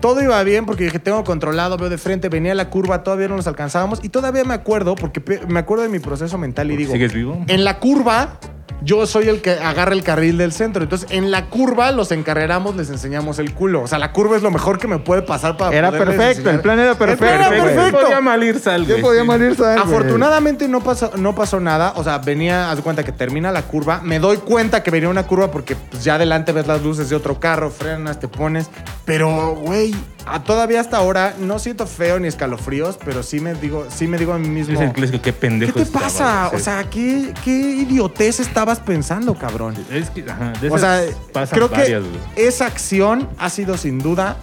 todo iba bien porque dije, tengo controlado, veo de frente, venía la curva, todavía no nos alcanzábamos. Y todavía me acuerdo, porque pe- me acuerdo de mi proceso mental y digo,
¿Sigues vivo?
en la curva, yo soy el que agarra el carril del centro. Entonces, en la curva los encarreramos, les enseñamos el culo. O sea, la curva es lo mejor que me puede pasar para
Era
poderles
perfecto, el plan era
El plan
perfecto,
era
güey.
perfecto.
Podía mal ir, sal,
Yo
güey,
podía
sí.
morir, ¿sabes? güey?
Afortunadamente no pasó, no pasó nada. O sea, venía, haz de cuenta que termina la curva. Me doy cuenta que venía una curva porque pues, ya adelante ves las luces de otro carro, frenas, te pones. Pero, güey, a- todavía hasta ahora no siento feo ni escalofríos, pero sí me digo, sí me digo a mí mismo.
Es el clásico,
¿Qué
qué pendejo
te
estaba,
pasa?
sí.
O sea, ¿qué, qué idiotez estabas pensando, cabrón?
Es que, ajá, de
O
esas
sea,
pasan
creo
varias,
que
güey.
esa acción ha sido sin duda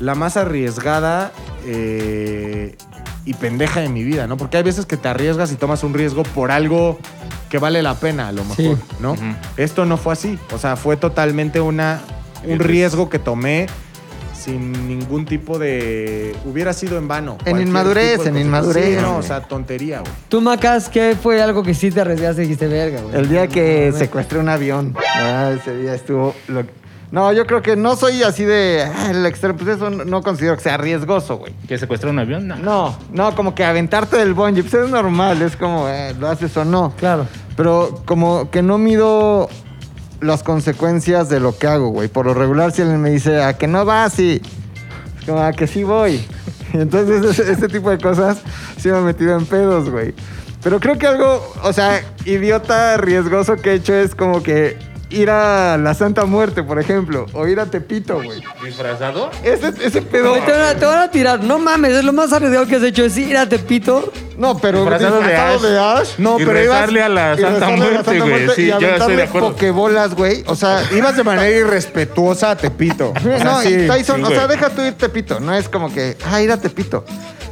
la más arriesgada eh, y pendeja de mi vida, ¿no? Porque hay veces que te arriesgas y tomas un riesgo por algo que vale la pena, a lo mejor,
Sí.
¿no? pues Esto no fue así. O sea, fue totalmente una, un riesgo que tomé sin ningún tipo de... Hubiera sido en vano. Cualquier
inmadurez,
tipo de
en
cosa.
inmadurez.
Sí, no, o sea, tontería, güey.
Tú, Macas, ¿qué fue algo que sí te arriesgaste y dijiste verga, güey?
El día que
No,
secuestré un avión. Ah, ese día estuvo. lo- No, yo creo que no soy así de. ah, el extremo. Pues eso no- no considero que sea riesgoso, güey.
¿Que secuestró un avión? No.
No, no, como que aventarte del bungee. Pues es normal, es como, eh, lo haces o no.
Claro.
Pero como que no mido las consecuencias de lo que hago, güey. Por lo regular, si alguien me dice, a que no vas, y. Es como, a que sí voy. Y Entonces, ese, ese tipo de cosas sí me he metido en pedos, güey. Pero creo que algo, o sea, idiota, riesgoso que he hecho es como que ir a la Santa Muerte, por ejemplo, o ir a Tepito, güey.
¿Disfrazado?
Ese, ese pedo.
Güey, te, van a, te van a tirar. No mames, es lo más arriesgado que has hecho. Es ir a Tepito.
No, pero
Disfrazado de Ash.
No,
Y
pero
rezarle
ibas,
a la
y
Santa
rezarle a la
Muerte,
Santa
güey.
Muerte
Sí,
y
yo estoy de
aventarle
acuerdo.
pokebolas, güey. O sea,
Ibas de manera irrespetuosa a Tepito. O sea,
no,
sí,
y Tyson,
sí,
o sea,
güey.
deja tú ir Tepito. No es como que, ah, ir a Tepito.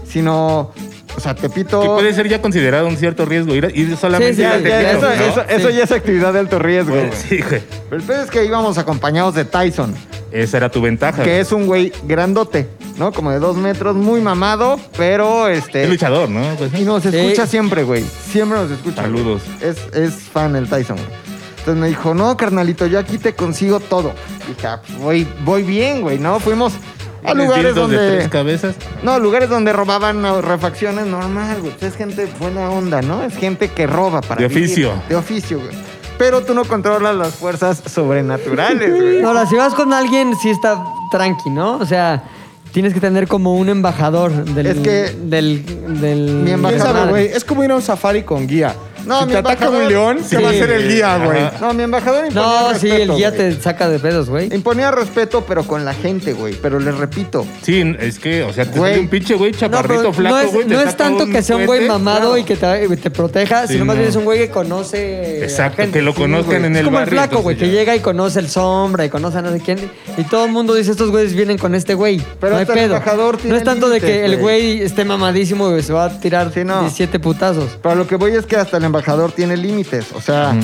Sino, o sea, Tepito.
Que puede ser ya considerado un cierto riesgo ir, ir solamente
Sí, sí,
a
Ya, ya,
Tepito,
eso,
¿no?
eso- eso ya es actividad de alto riesgo, güey.
Sí, güey.
Pero el pedo es que íbamos acompañados de Tyson,
Esa era tu ventaja.
que es un güey grandote, ¿no? Como de dos metros, muy mamado, pero este.
Es luchador, ¿no? Pues,
Y nos
Sí.
escucha siempre, güey. Siempre nos escucha. güey.
Saludos.
Es, es fan el Tyson, güey. Entonces me dijo, no, carnalito, yo aquí te consigo todo. Dije, "Ah, voy, voy bien, güey, ¿no? Fuimos a
Tienes
lugares
dildos de
donde...
tres cabezas.
No, lugares donde robaban ah, refacciones, normal, güey. Pues Es gente buena onda, ¿no? Es gente que roba para
De
vivir.
oficio.
De oficio, güey. Pero tú no controlas las fuerzas sobrenaturales, güey.
Ahora, si vas con alguien, sí está tranqui, ¿no? O sea, tienes que tener como un embajador del.
Es que-
Del. del
Mi
¿Quién
embajador,
sabe, güey? Es como ir a un safari con guía.
No,
si
mi
te ataca
embajador-
un león, ¿qué
Sí,
va a ser el guía,
ajá.
güey?
No, mi embajador imponía
No, sí, el
respeto,
guía
güey.
te saca de pedos, güey.
Imponía respeto, pero con la gente, güey. Pero les repito,
Sí, es que, o sea, te
Güey.
sale un pinche güey chaparrito
pues,
pero
flaco,
no es,
güey. te
no es
saca
tanto
un
que sea un güey
cohete.
mamado
Claro.
y que te, te proteja,
Sí,
sino más
no.
bien es un güey que conoce. a
Exacto,
gente.
que lo conozcan
güey.
en
Es
el
como
barrio,
el flaco, güey, que
entonces ya.
llega y conoce el sombra y conoce a no sé quién. Y todo el mundo dice: Estos güeyes vienen con este güey.
Pero
no hay
hasta el
pedo.
embajador
no
tiene
es tanto de que
límites,
el güey esté mamadísimo y se va a tirar
Sí, no.
17 putazos.
Pero lo que voy es que hasta el embajador tiene límites. O sea,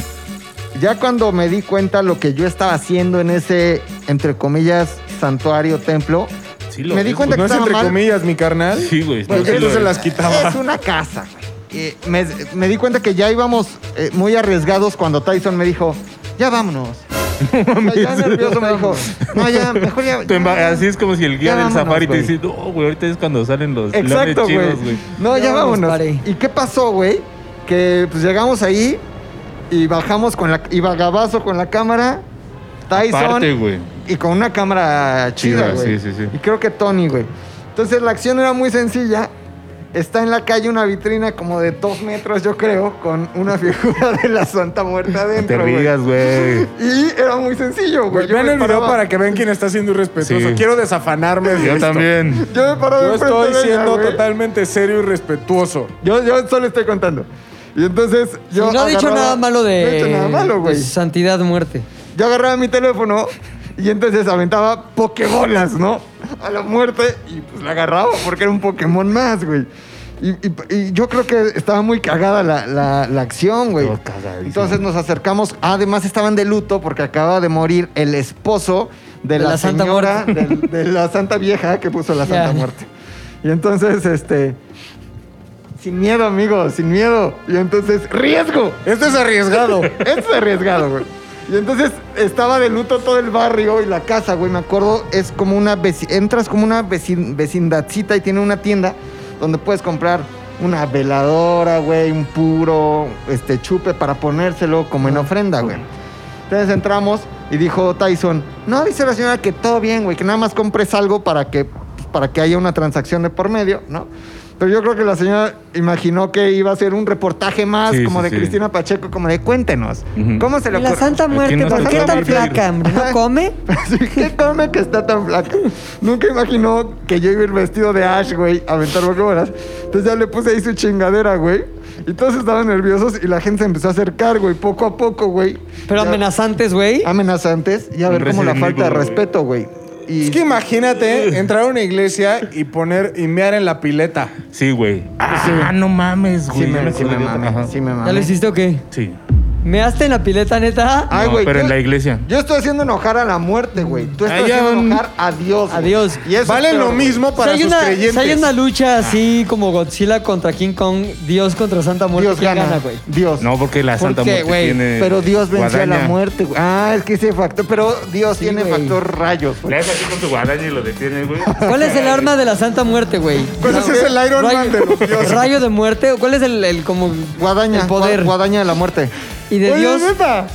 ya cuando me di cuenta lo que yo estaba haciendo en ese, entre comillas, santuario, templo,
Sí, lo
me di
es,
cuenta
Pues no es
que
entre
estaba mal.
comillas, mi carnal.
Sí, güey.
Porque
sí
eso
lo
se
es.
las quitaba.
Es una casa, güey. Eh, me, me di cuenta que ya íbamos eh, muy arriesgados cuando Tyson me dijo, ya vámonos. O sea, ya nervioso me dijo, no, ya, mejor ya.
Tu
ya,
emba- Así es como si el guía
Ya
del
vámonos,
safari
güey.
te dice, no, güey, ahorita es cuando salen los leones
Exacto, güey.
chinos, güey.
No, ya,
Ya vámonos,
vámonos.
pare.
¿Y qué pasó, güey? Que pues llegamos ahí y bajamos con la. Y vagabazo con la cámara. Tyson.
Aparte, güey.
y con una cámara chida,
Chida,
güey.
sí, sí, sí.
Y creo que Tony, güey. Entonces la acción era muy sencilla. Está en la calle una vitrina como de dos metros, yo creo, con una figura de la Santa Muerte
No Te
adentro. güey.
rías, güey.
Y era muy sencillo, güey. Yo
Vean
me
el video
paraba-
para que vean quién está siendo irrespetuoso.
Sí.
Quiero desafanarme de
Yo
esto.
también.
Yo me paraba
Yo
enfrente
estoy
de ella,
siendo
güey.
totalmente serio y respetuoso.
Yo, yo solo estoy contando. Y entonces yo.
y no ha dicho
agarraba-
nada malo de.
No he dicho nada malo, güey.
de su santidad muerte.
Yo agarraba mi teléfono y entonces aventaba pokebolas, ¿no? A la muerte y pues la agarraba porque era un Pokémon más, güey. Y, y- y yo creo que estaba muy cagada la, la- la acción, güey.
Todo cagadísimo.
Entonces nos acercamos. Además estaban de luto porque acaba de morir el esposo de, la, Santa Muerte. De, la Santa Vieja que puso la Santa
Ya.
Muerte. Y entonces, este... Sin miedo, amigos, sin miedo. Y entonces, riesgo.
Esto es arriesgado.
Esto es arriesgado, güey. Y entonces estaba de luto todo el barrio y la casa, güey. Me acuerdo, es como una. veci- Entras como una veci- vecindadcita y tiene una tienda donde puedes comprar una veladora, güey, un puro, este chupe para ponérselo como en ofrenda, güey. Entonces entramos y dijo Tyson: No, dice la señora que todo bien, güey, que nada más compres algo para que, para que haya una transacción de por medio, ¿no? Pero yo creo que la señora imaginó que iba a ser un reportaje más,
Sí,
como
sí,
de
sí.
Cristina Pacheco, como de cuéntenos.
Ujú.
¿Cómo se le
Y la
ocurre?
Santa
Aquí
Muerte,
no
¿por
te
qué
puedo
tan
mentir.
flaca, hombre? ¿No come?
Así, ¿Qué come que está tan flaca? Nunca imaginó que yo iba a ir vestido de Ash, güey, a aventar horas. Entonces ya le puse ahí su chingadera, güey. Y todos estaban nerviosos y la gente se empezó a acercar, güey, poco a poco, güey.
Pero
Ya- Ah,
amenazantes, güey.
Amenazantes y a
Un
ver cómo la
Resident
falta de
Evil, güey.
respeto, güey. Y
Es que imagínate entrar a una iglesia y poner y mear en la pileta.
Sí, güey. Ah, no mames,
sí
güey. Ya
me, sí
acordé
me
de otra.
mamé,
Ajá.
sí me mamé.
¿Ya lo hiciste o qué?
Sí.
¿Me haste en la pileta, neta?
Ay,
No,
güey,
pero
yo-
en la iglesia.
Yo estoy haciendo enojar a la muerte, güey. Tú estás
Ay, ya,
haciendo
un-
enojar a Dios. güey.
A Dios.
Y eso es
Vale
peor,
lo
güey.
mismo para
si, hay
sus
una, si
creyentes.
hay una lucha así como Godzilla contra King Kong, Dios contra Santa Muerte,
Dios
¿quién
gana,
gana, güey?
Dios.
No, porque la
¿Por
Santa
qué,
Muerte
güey?
tiene.
Pero Dios venció a la
guadaña.
muerte, güey. Ah, es que ese factor. Pero Dios
Sí,
tiene
güey.
factor rayos, güey.
Le haces así con tu guadaña y lo detienes, güey.
¿Cuál es el arma de la Santa Muerte, güey?
Pues ese es el Iron
rayo,
Man de los dioses.
¿Rayo de muerte? ¿O ¿Cuál es el, el como
Guadaña.
el poder?
gua- Guadaña de la muerte.
¿Y de
Oye,
Dios?
neta.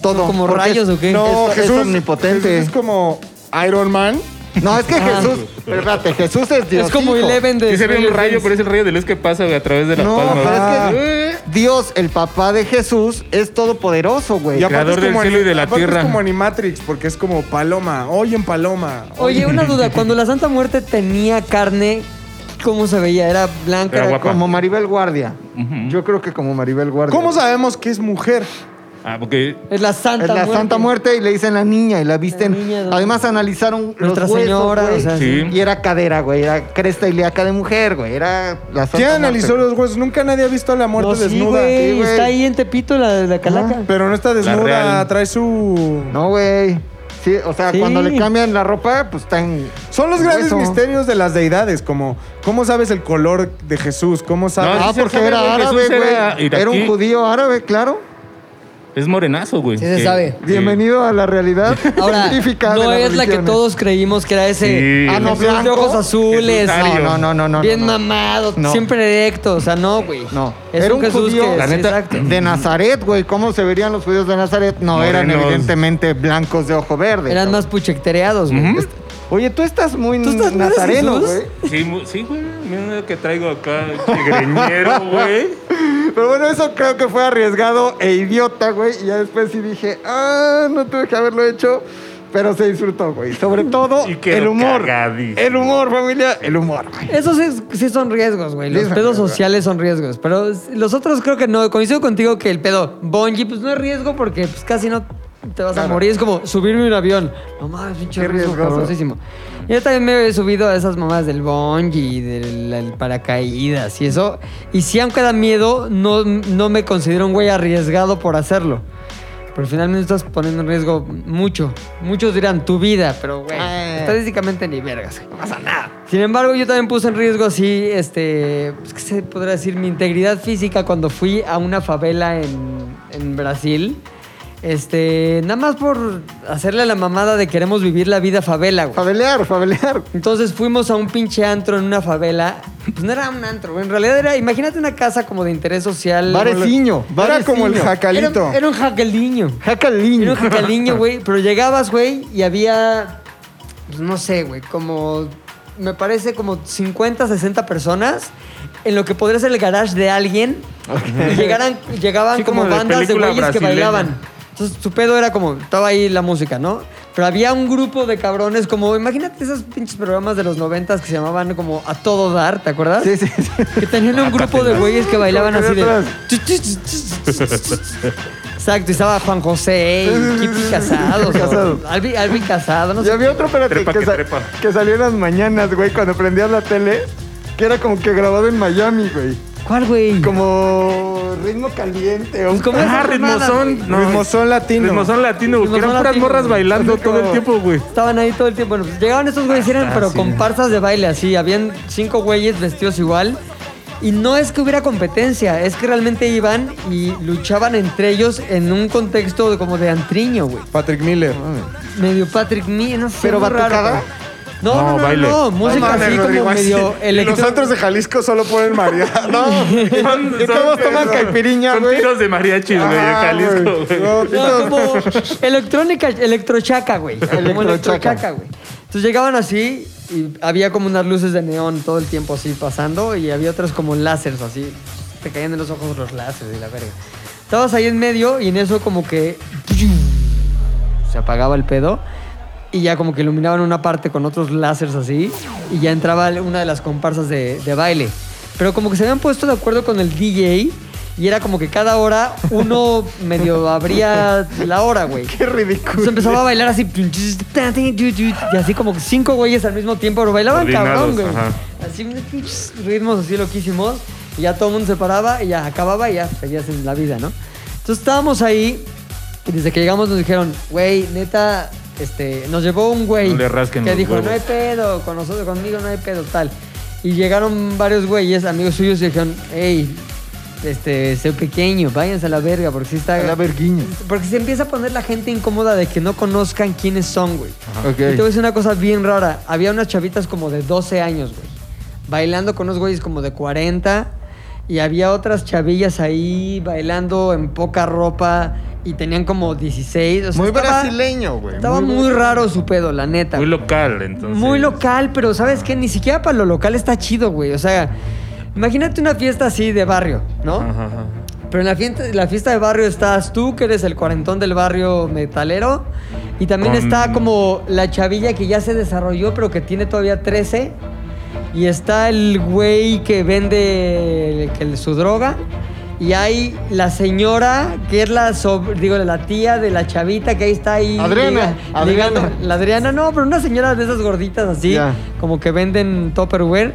Todo.
¿Como
Porque
rayos o qué?
No,
Es- es
Jesús
omnipotente.
Jesús es como Iron Man.
No, es que Jesús. pero Espérate, Jesús es Dios.
es como
hijo.
Eleven de...
Sí se ve un
Stranger
rayo,
Things.
pero es el rayo de luz que pasa güey, a través de la
No,
palma.
pero
güey.
es que Dios, el papá de Jesús, es todopoderoso, güey.
Y aparte
Creador
es
del
como
cielo y
ani-
de la
aparte
tierra.
Es como Animatrix, porque es como Paloma. Oye, en Paloma.
Oye, una duda. Cuando la Santa Muerte tenía carne, ¿cómo se veía? ¿Era blanca?
Era
Era
guapa.
Como Maribel Guardia.
Ujú.
Yo creo que como Maribel Guardia.
¿Cómo sabemos que es mujer?
Ah, porque
Es la Santa
Es la
Muerte.
Santa Muerte y le dicen la niña y la visten.
La niña, ¿no?
Además analizaron
Nuestra
los huesos,
Señora,
güey,
o sea,
Sí.
y era cadera, güey, era cresta ilíaca de mujer, güey, era la Santa
¿Quién
Muerte,
analizó
güey.
los huesos? Nunca nadie ha visto a la muerte
No, sí,
desnuda.
güey.
Sí, güey.
Está ahí en Tepito la, la calaca.
Pero no está desnuda,
real.
trae su...
No, güey. Sí, o sea,
Sí.
cuando le cambian la ropa, pues están
Son los
el
grandes
hueso.
misterios de las deidades, como cómo sabes el color de Jesús, cómo sabes...
No,
Ah,
sí se
porque
sabe,
era
güey, Jesús
árabe, güey.
era
Era,
iraquí.
un judío árabe, claro.
es morenazo, güey.
Sí se
Que-
sabe.
que-
Bienvenido a la realidad
Ahora,
científica de
no
las
es la que
religiones.
todos creímos que era ese.
Sí.
Ah, no,
Jesús de
blanco.
ojos azules.
Jesús ario.
No, no, no, no, no.
bien
no, no.
mamado,
No.
siempre erecto. O sea, no, güey.
No.
Es
Era
un
un
Jesús
judío.
que...
La
sí,
neta,
exacto.
De Nazaret, güey, ¿cómo se verían los judíos de Nazaret? No, eran
Morenos.
evidentemente blancos de ojo verde.
Eran
cabrón.
más puchectereados, güey. Este,
Ujú.
Oye, tú estás muy
¿Tú estás- no eres
nazareno,
Jesús?
güey.
Sí, mu- sí, güey. Mira lo que traigo acá, este greñero, güey.
Pero bueno, eso creo que fue arriesgado e idiota, güey. Y ya después sí dije, ah, no tuve que haberlo hecho. Pero se disfrutó, güey. Sobre todo,
Y quedó
el humor.
cagadísimo.
El humor, familia. El humor, güey.
Esos sí, sí son riesgos, güey. Los
Sí son
pedos
riesgos.
sociales son riesgos. Pero los otros creo que no. Coincido contigo que el pedo bungee, pues no es riesgo porque pues, casi no te vas a morir. Es como subirme a un avión. No mames, pinche
Qué
riesgo
riesgoso.
cabrosísimo. Yo también me he subido a esas mamás del bungee, del del paracaídas y eso. Y si aunque da miedo, no, no me considero un güey arriesgado por hacerlo. Pero finalmente estás poniendo en riesgo mucho. Muchos dirán tu vida, pero güey,
Ah.
estadísticamente ni vergas, güey. No pasa nada. Sin embargo, yo también puse en riesgo así, este, pues, ¿qué se podrá decir? Mi integridad física cuando fui a una favela en, en Brasil. Este, nada más por hacerle la mamada de queremos vivir la vida favela, güey.
Fabelear, fabelear.
Entonces fuimos a un pinche antro en una favela. Pues no era un antro, güey. en realidad era, imagínate una casa como de interés social.
Bareciño.
Era como el
bareciño.
jacalito.
Era, era un jacaliño. Era
Jacaliño.
un jacaliño, güey. Pero llegabas, güey, y había. pues, no sé, güey, como. Me parece como 50, 60 personas en lo que podría ser el garage de alguien. Y llegaran, llegaban
Sí,
como,
como de
bandas de
película
güeyes que
brasileña.
bailaban. Entonces, su pedo era como, estaba ahí la música, ¿no? Pero había un grupo de cabrones como, imagínate esos pinches programas de los noventas que se llamaban como A Todo Dar, ¿te acuerdas?
Sí, sí, sí.
Que tenían un grupo de güeyes que bailaban así de...
atrás.
Exacto, y estaba Juan José, y Kipi Casado,
Casado.
o Albi, Albi Casado, no
Y
sé.
había otro, espérate,
Trepa
que,
que
sa-
trepa.
que salía en las mañanas, güey, cuando prendías la tele, que era como que grabado en Miami, güey.
¿Cuál, güey?
Como ritmo caliente. o-
Pues como
Ah,
esas mamadas,
ritmozón.
güey.
No,
Ritmozón latino.
Ritmozón latino, güey. Que
Ritmozón
eran puras
latino,
morras
güey.
bailando todo el tiempo, güey. Ah,
Estaban ahí todo el tiempo. Bueno, pues llegaban estos güeyes, y eran pero comparsas de baile, así. Habían cinco güeyes vestidos igual. Y no es que hubiera competencia, es que realmente iban y luchaban entre ellos en un contexto de- como de antriño, güey.
Patrick Miller.
Ah,
Medio Patrick Me, no sé.
¿Pero
muy raro,
batucada?
güey. No, no,
No,
no, no,
baile.
música
No mames,
así como
Rodrigo, así.
medio
Y Los
electro-
antros de Jalisco solo ponen María. No,
Son,
Y todos toman caipiriña,
son
güey. Ah,
tiros de mariachis, güey, de Jalisco, güey.
No,
No, como electrónica, electrochaca, güey. Como electrochaca, güey. Entonces llegaban así y había como unas luces de neón todo el tiempo así pasando y había otras como láseres así. Te caían de los ojos los láseres y la verga. Estabas ahí en medio y en eso como que se apagaba el pedo y ya como que iluminaban una parte con otros láseres así y ya entraba una de las comparsas de, de baile. Pero como que se habían puesto de acuerdo con el DJ y era como que cada hora uno medio abría la hora, güey.
Qué ridículo.
Entonces empezaba a bailar así. Y así como cinco güeyes al mismo tiempo, pero bailaban cabrón,
Coordinados,
güey.
ajá.
Así unos pinches ritmos así loquísimos. Y ya todo el mundo se paraba y ya acababa y ya seguías en la vida, ¿no? Entonces estábamos ahí y desde que llegamos nos dijeron, güey, neta, este, nos llevó un güey
No le rasquen
que
los
dijo,
huevos".
no hay pedo, con nosotros, conmigo no hay pedo, tal. Y llegaron varios güeyes, amigos suyos, y dijeron, hey, este, soy pequeño, váyanse a la verga, porque si está...
A la verguiña.
Porque se empieza a poner la gente incómoda de que no conozcan quiénes son, güey.
Ok.
Y te voy a decir una cosa bien rara. Había unas chavitas como de 12 años, güey. Bailando con unos güeyes como de 40. Y había otras chavillas ahí bailando en poca ropa. Y tenían como 16. o sea,
Muy
estaba-
brasileño, güey.
Estaba muy, raro su pedo, la neta.
Muy
güey.
local, entonces.
Muy local, pero ¿sabes qué? Ni siquiera para lo local está chido, güey. O sea, imagínate una fiesta así de barrio, ¿no?
Ajá, ajá.
Pero en la fiesta, la fiesta de barrio estás tú, que eres el cuarentón del barrio metalero. Y también
Con-
está como la chavilla que ya se desarrolló, pero que tiene todavía 13. Y está el güey que vende el- que el- su droga. Y hay la señora, que es la, sob- digo, la tía de la chavita que ahí está ahí.
Adriana,
liga- ligando.
Adriana.
La Adriana, no, pero una señora de esas gorditas así,
Ya.
como que venden Tupperware.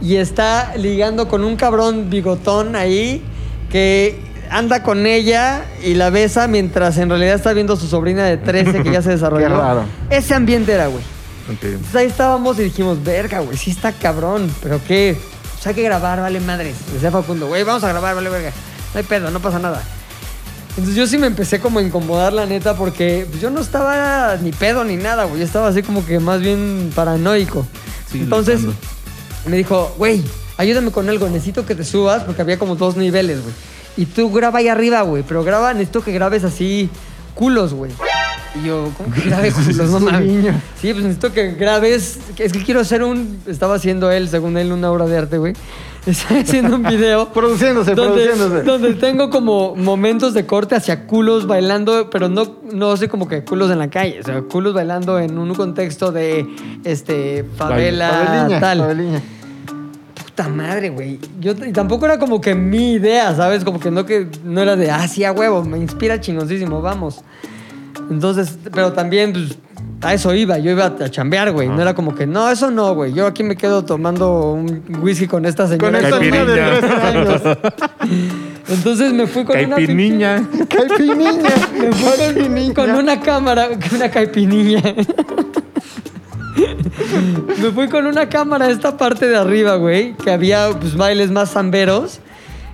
Y está ligando con un cabrón bigotón ahí que anda con ella y la besa mientras en realidad está viendo a su sobrina de 13 que ya se desarrolló.
Qué raro.
Ese ambiente era, güey.
Ok.
Entonces ahí estábamos y dijimos, verga, güey, sí está cabrón, pero qué, pues hay que grabar, vale madres. Decía Facundo, güey, vamos a grabar, vale verga. No hay pedo, no pasa nada. Entonces yo sí me empecé como a incomodar, la neta, porque pues, yo no estaba ni pedo ni nada, güey. Yo estaba así como que más bien paranoico.
Sí,
Entonces
luchando.
me dijo, güey, ayúdame con algo, necesito que te subas, porque había como dos niveles, güey. Y tú graba ahí arriba, güey, pero graba, necesito que grabes así culos, güey. Y yo, ¿cómo que grabe culos? No mames. Sí, pues necesito que grabes. Es que quiero hacer un. Estaba haciendo él, según él, una obra de arte, güey. Estaba haciendo un video.
Produciéndose,
donde,
produciéndose.
donde tengo como momentos de corte hacia culos bailando, pero no, no sé como que culos en la calle, o sea, culos bailando en un contexto de este favela
Pabeliña,
tal.
Pabeliña.
Puta madre, güey. Yo t- y tampoco era como que mi idea, ¿sabes? Como que no que no era de, ah, sí, a huevo, me inspira chingoncísimo, vamos. Entonces, pero también pues, a eso iba, yo iba a chambear, güey. No era como que, no, eso no, güey. Yo aquí me quedo tomando un whisky con esta
Con
señora.
esta niña de
Caipirinha.
13 años.
Entonces me fui con una pinche-
Caipiriña.
Caipiriña.
Me fui con, con una cámara, con una caipinilla. Me fui con una cámara a esta parte de arriba, güey, que había pues, bailes más zamberos.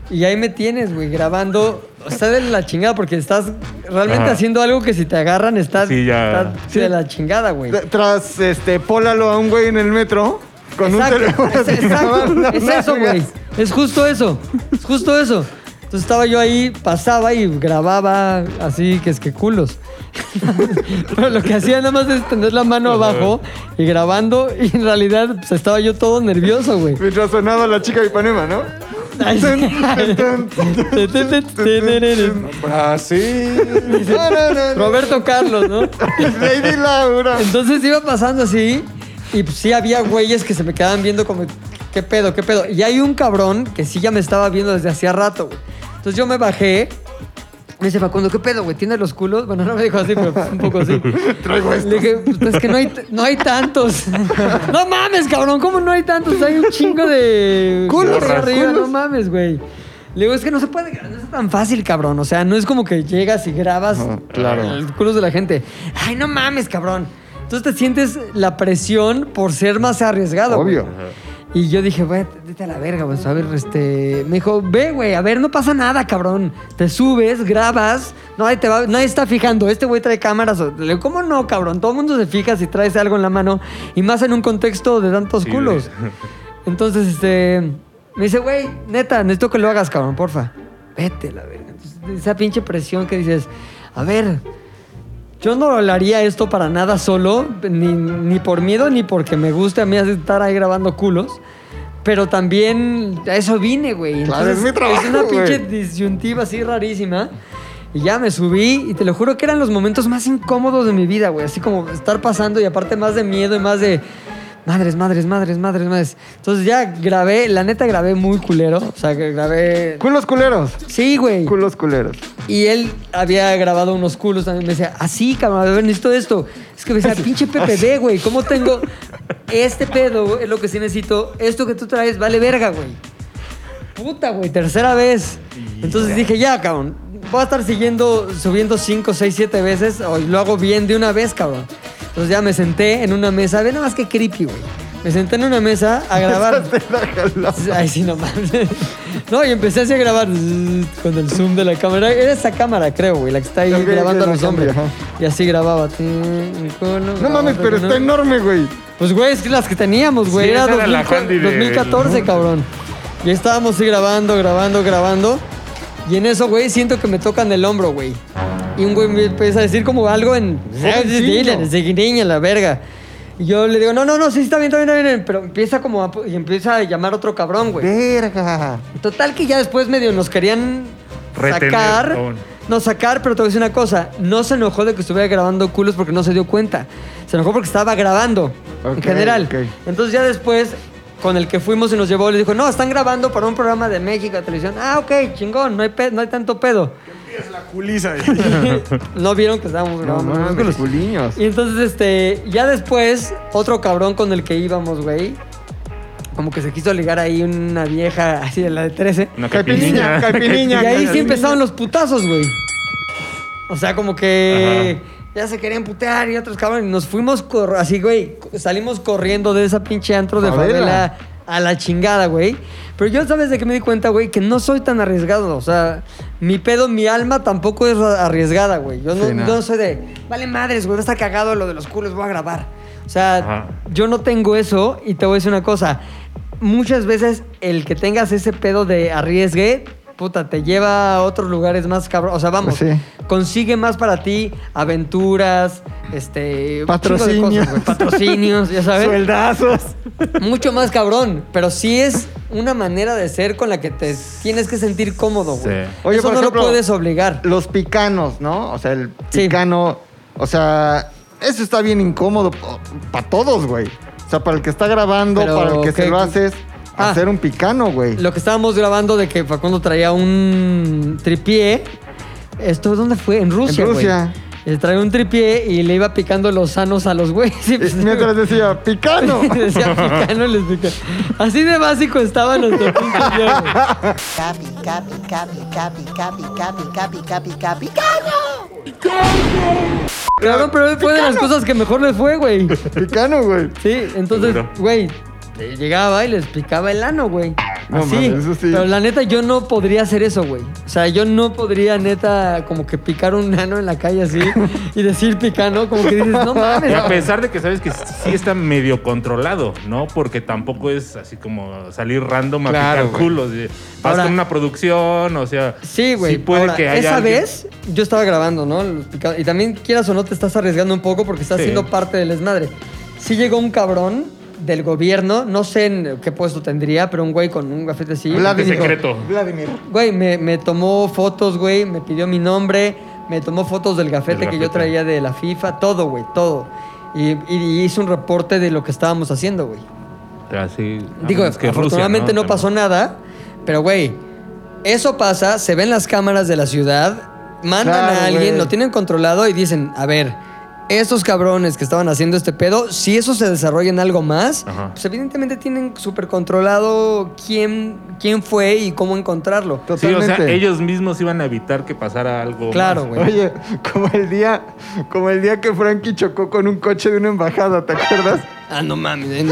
Y ahí me tienes, güey, grabando. O sea, de la chingada, porque estás realmente
Ajá.
haciendo algo que si te agarran estás,
Sí, ya.
estás de la chingada, güey.
Tra- Tras, este, pólalo a un güey en el metro con un
Exacto,
teléfono.
es,
así
exacto,
grabando
es eso,
largas.
güey. Es justo eso. Es justo eso. Entonces estaba yo ahí, pasaba y grababa así, que es que culos. Pero lo que hacía nada más es tener la mano abajo y grabando y en realidad pues, estaba yo todo nervioso, güey.
Mientras sonaba la chica de Ipanema, ¿no?
Ay,
Brasil.
Roberto Carlos, ¿no?
Lady Laura.
Entonces iba pasando así y pues, sí había güeyes que se me quedaban viendo como, ¿qué pedo, qué pedo? Y hay un cabrón que sí ya me estaba viendo desde hacía rato, güey. Entonces yo me bajé. Me dice Facundo, ¿qué pedo, güey? ¿Tienes los culos? Bueno, no me dijo así, pero pues, un poco así. Le dije, pues es que no hay, t- no hay tantos. no mames, cabrón, ¿cómo no hay tantos? Hay un chingo de
Culos,
de arriba,
culos.
no mames, güey. Le digo, es que no se puede, no es tan fácil, cabrón. O sea, no es como que llegas y grabas
claro.
los culos de la gente. Ay, no mames, cabrón. Entonces te sientes la presión por ser más arriesgado. güey.
Obvio.
Y yo dije, güey, vete a la verga, güey. A ver, este. Me dijo, ve, güey, a ver, no pasa nada, cabrón. Te subes, grabas. Nadie, te va, nadie está fijando. Este güey trae cámaras. Le digo, ¿cómo no, cabrón? Todo el mundo se fija si traes algo en la mano. Y más en un contexto de tantos
Sí,
culos.
güey.
Entonces, este. Me dice, güey, neta, necesito que lo hagas, cabrón, porfa. Vete, a la verga. Entonces, esa pinche presión que dices, a ver, yo no hablaría esto para nada solo, ni, ni por miedo, ni porque me guste a mí estar ahí grabando culos. Pero también a eso vine, güey.
Claro, es mi trabajo,
Es una pinche
güey.
disyuntiva así rarísima. Y ya me subí y te lo juro que eran los momentos más incómodos de mi vida, güey. Así como estar pasando y aparte más de miedo y más de... Madres, madres, madres, madres, madres. Entonces ya grabé, la neta grabé muy culero. O sea, que grabé...
Culos culeros.
Sí, güey.
Culos culeros.
Y él había grabado unos culos también. Me decía, así, cabrón, a ver, necesito esto. Es que me decía, pinche PPD, güey, ¿cómo tengo este pedo? güey? Es lo que sí necesito. Esto que tú traes vale verga, güey. Puta, güey, tercera vez. Entonces dije, ya, cabrón. Voy a estar siguiendo, subiendo 5, 6, 7 veces. O lo hago bien de una vez, cabrón. Entonces ya me senté en una mesa. Ve nada más que creepy, güey. Me senté en una mesa a grabar. Ay, sí, no mames. No, y empecé así a grabar zzz, con el zoom de la cámara. Era esa cámara, creo, güey, la que está ahí
Ok, ok,
grabando a
la
los hombres.
cámara,
Y así grababa. tin, mi cola,
No
grababa,
mames, pero
tin,
está enorme, güey.
pues, güey, es que las que teníamos, güey.
Sí,
era
esa era la
2000
handy de-
2014, cabrón. Y ahí estábamos sí, grabando, grabando, grabando. Y en eso, güey, siento que me tocan el hombro, güey. Y un güey me empieza a decir como algo en... "Ah, niña, la verga. Y yo le digo, no, no, no, sí, está bien, está bien, está bien. Pero empieza como a... Y empieza a llamar otro cabrón, güey.
Verga.
Total que ya después medio nos querían
Retener,
sacar.
cabrón.
No sacar, pero te voy a decir una cosa. No se enojó de que estuviera grabando culos porque no se dio cuenta. Se enojó porque estaba grabando en
Ok,
general.
ok.
Entonces ya después, con el que fuimos y nos llevó, le dijo, no, están grabando para un programa de México, de televisión. Ah, ok, chingón, no hay, pe- no hay tanto pedo. no vieron que estábamos
No,
grabando.
mames, los culiños.
Y entonces, este, ya después, otro cabrón con el que íbamos, güey, como que se quiso ligar ahí una vieja así de la de 13.
Una
Caipirinha,
Y
capiniña.
caipirinha.
ahí sí empezaron los putazos, güey. O sea, como que ya se querían putear y otros cabrones. Nos fuimos cor- así, güey. co- Salimos corriendo de esa pinche antro de
Favela.
favela a la chingada, güey. Pero yo, ¿sabes de qué me di cuenta, güey? Que no soy tan arriesgado. O sea, mi pedo, mi alma tampoco es ra- arriesgada, güey. Yo no,
Sí, no.
no soy de, vale madres, güey, está cagado lo de los culos, voy a grabar. O sea,
Ajá.
yo no tengo eso y te voy a decir una cosa. Muchas veces el que tengas ese pedo de arriesgue, puta, te lleva a otros lugares más cabrón. O sea, vamos,
Pues sí.
consigue más para ti aventuras, este... un chingo de
Patrocinios.
cosas, güey. Patrocinios, ya sabes.
Sueldazos.
Mucho más cabrón, pero sí es una manera de ser con la que te tienes que sentir cómodo, güey.
Sí.
Oye,
eso
por
no
ejemplo,
lo puedes obligar.
Los picanos, ¿no? O sea, el
Sí.
picano. O sea, eso está bien incómodo para todos, güey. O sea, para el que está grabando,
Pero,
para el que se
¿qué-
lo haces,
Ah.
hacer un picano, güey.
Lo que estábamos grabando de que Facundo traía un tripié. ¿Esto dónde fue? En Rusia.
En
güey.
Rusia.
Eh, Traía un tripié y le iba picando los sanos a los güeyes. Y
Eh,
pues,
Mientras decía, picano.
Decía picano, les pica. Así de básico estaba nuestro pinche día, güey.
Capi, capi, capi, capi, capi, capi, capi, capi, capi,
Claro, pero fue de las cosas que mejor les fue, güey.
picano, güey.
Sí, entonces,
Seguro.
güey, eh, llegaba y les picaba el ano, güey.
No
Así.
mames, eso sí.
Pero la neta, yo no podría hacer eso, güey. O sea, yo no podría, neta, como que picar un ano en la calle así y decir picano, como que dices, no mames.
Y a pesar de que sabes que sí está medio controlado, ¿no? Porque tampoco es así como salir random a
Claro,
picar
güey.
culos. y- Vas
Ahora-
con una producción, o sea.
Sí, güey.
Sí puede
Ahora,
que haya.
Esa
alguien-
vez yo estaba grabando, ¿no? Los picados. Y también, quieras o no, te estás arriesgando un poco porque estás
Sí.
siendo parte del desmadre. Sí llegó un cabrón del gobierno, no sé en qué puesto tendría, pero un güey con un gafete así.
De secreto.
Vladimir.
Güey, me, me tomó fotos, güey, me pidió mi nombre, me tomó fotos del gafete
Del
que yo
gafete.
traía de la FIFA, todo, güey, todo. Y, y- y hizo un reporte de lo que estábamos haciendo, güey.
Así, a
Digo,
menos Ah, que Rusia,
afortunadamente no,
Pero-
pasó nada, pero güey, eso pasa, se ven las cámaras de la ciudad, mandan
Claro,
a alguien,
güey.
lo tienen controlado y dicen, a ver, estos cabrones que estaban haciendo este pedo, si eso se desarrolla en algo más,
Ajá.
pues evidentemente tienen súper controlado quién, quién fue y cómo encontrarlo.
Sí, o
Totalmente.
sea, ellos mismos iban a evitar que pasara algo.
Claro,
más.
güey.
Oye, como el día, como el día que Frankie chocó con un coche de una embajada, ¿te acuerdas?
Ah, no mames, en,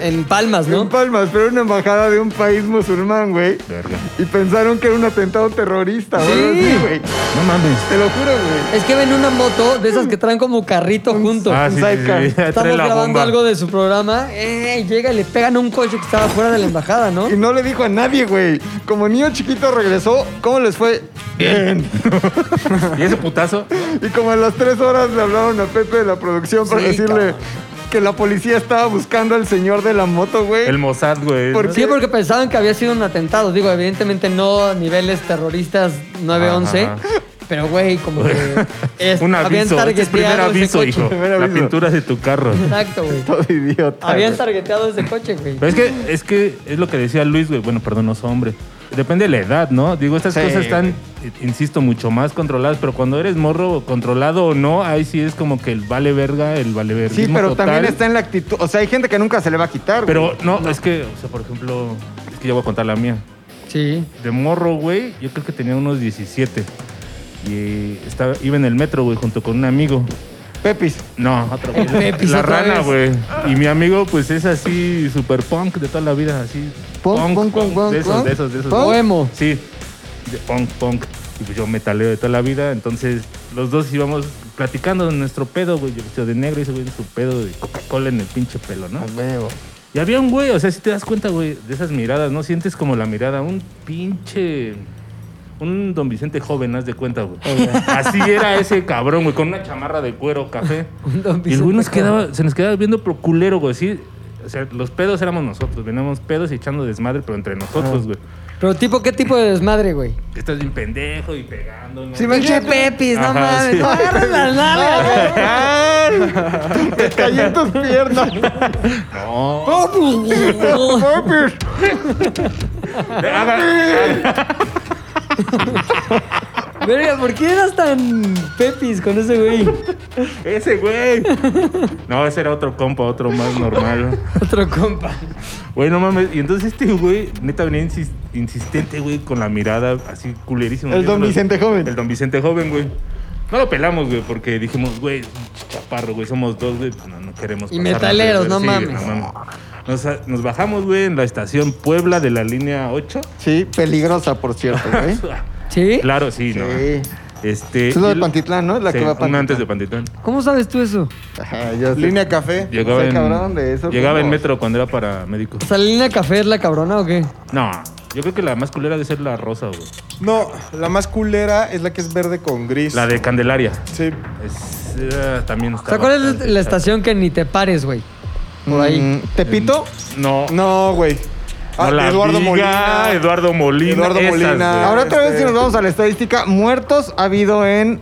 en Palmas,
En
¿no?
Palmas, pero era una embajada de un país musulmán, güey.
Verga.
Y pensaron que era un atentado terrorista,
Sí.
güey. Sí, güey.
No mames.
Te lo juro, güey.
Es que ven una moto de esas que traen como carrito juntos.
Ah, sí, sí, sí.
sidecar.
Trae
Estamos
la
grabando
bomba.
algo de su programa. Eh, llega y le pegan a un coche que estaba fuera de la embajada, ¿no?
Y no le dijo a nadie, güey. Como niño chiquito regresó, ¿cómo les fue? Bien.
¿Y ese putazo?
Y como a las tres horas le hablaron a Pepe de la producción para
Sí,
decirle
cabrón.
que la policía estaba buscando al señor de la moto, güey.
El Mossad, güey.
¿Por
Sí, porque pensaban que había sido un atentado. Digo, evidentemente no a niveles terroristas 9-11.
Ajá.
Pero, güey, como que... es-
Un
habían
aviso. Este es primer
targeteado ese
aviso,
coche.
hijo.
Primer
La
aviso.
pintura de tu carro.
Exacto, güey.
Todo idiota.
Habían
Habían
targeteado ese coche, güey.
Pero es que, es que es lo que decía Luis, güey. Bueno, perdón, no soy hombre. Depende de la edad, ¿no? Digo, estas
Sí,
cosas están, insisto, mucho más controladas, pero cuando eres morro, controlado o no, ahí sí es como que el vale verga, el vale verga.
Sí, pero también está en la actitud. O sea, hay gente que nunca se le va a quitar, güey.
Pero no, es que, o sea, por ejemplo, es que yo voy a contar la mía.
Sí.
de morro, güey, yo creo que tenía unos 17. Y eh, estaba, iba en el metro, güey, junto con un amigo.
Pepis.
No, otra vez.
Pepis
la
otra
rana,
vez.
güey. Y mi amigo, pues es así, super punk de toda la vida, así.
Punk, punk, punk, punk,
de esos,
punk.
de esos, de esos.
Punk.
Emo.
Sí, de punk, punk. Y pues yo metaleo de toda la vida, entonces los dos íbamos platicando de nuestro pedo, güey. Yo vestido de negro y ese güey en su pedo de Coca-Cola en el pinche pelo, ¿no? Y había un güey, o sea, si te das cuenta, güey, de esas miradas, ¿no? Sientes como la mirada, un pinche. Un don Vicente joven, haz de cuenta, güey.
Oh,
Así era ese cabrón, güey, con una chamarra de cuero, café.
Un don
y el
Vicente
güey nos
joven.
quedaba, se nos quedaba viendo pro culero, güey, sí. O sea, los pedos éramos nosotros, veníamos pedos y echando desmadre, pero entre nosotros, güey.
Pero tipo, ¿qué tipo de desmadre, güey?
Estás bien pendejo y pegando, ¿no?
Pinche Pepis, no
Ajá,
mames.
sí. Ah.
No agarras las nalgas.
Te caí en tus piernas.
No.
Pepis.
Verga, ¿por qué eras tan Pepis con ese güey?
Ese güey. No, ese era otro compa, otro más normal.
Otro compa.
Güey, no mames. Y entonces este güey, neta, venía insis- insistente, güey, con la mirada así culerísimo.
El
Yo
don
no lo-
Vicente joven.
El don Vicente joven, güey. No lo pelamos, güey, porque dijimos, güey, chaparro, güey, somos dos, güey, pues no, no queremos
Y
pasarnos de
metaleros,
ver-
no
sí,
mames.
Nos, nos bajamos, güey, en la estación Puebla de la línea 8.
Sí, peligrosa, por cierto, güey.
¿Sí?
Claro, sí, ¿no?
Sí.
Este,
Es lo
y
de
lo-
Pantitlán, ¿no? Es la
sí,
que va a
una
Pantitlán.
antes de Pantitlán.
¿Cómo sabes tú eso?
Ajá, yo sí.
Línea café.
Llegaba,
sea,
en,
cabrón, de eso
llegaba en
fuimos.
metro cuando era para médicos.
¿Salina Café es la cabrona o qué?
No, yo creo que la más culera debe ser la rosa, güey.
No, la más culera es la que es verde con gris.
La de Candelaria.
Sí.
Es, eh, también
O
está.
sea, ¿cuál es
bastante
la
chata.
estación que ni te pares, güey? Por ahí.
Mm, ¿Tepito?
No. no
No, güey. Ah,
la
Eduardo
Viga,
Molina.
Eduardo Molina.
Eduardo
esas,
Molina.
güey.
Ahora otra vez
este-
si nos vamos a la estadística, muertos ha habido en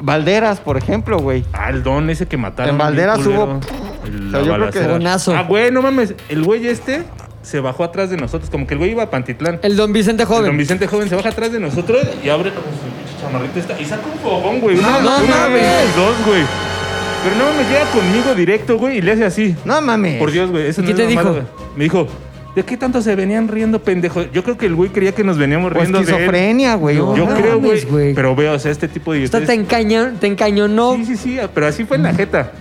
Valderas, por ejemplo, güey.
Ah, el don ese que mataron.
En Valderas
bien culero.
hubo-
El-
O sea,
la
yo creo
balacera.
que-
Bonazo.
Ah, güey, no mames. El güey este se bajó atrás de nosotros. Como que el güey iba a Pantitlán.
El Don Vicente
El don
Joven.
Vicente joven se baja atrás de nosotros y abre como su pinche chamarrita esta. Y saca un fogón, güey. No,
no mames.
Dos, güey. Pero no mames, llega conmigo directo, güey, y le hace así.
No mames.
Por Dios, güey. Eso
¿Y
no
qué
es
te
mamada,
dijo?
güey. Me dijo, ¿de qué tanto se venían riendo, pendejo? Yo creo que el güey creía que nos veníamos
O
riendo de él.
esquizofrenia, güey.
No,
o-
Yo
mames,
creo,
güey.
güey. Pero veo, o sea, este tipo de...
O sea, te,
idiotes-
encañó, te encañonó.
Sí, sí, sí, pero así fue en la jeta.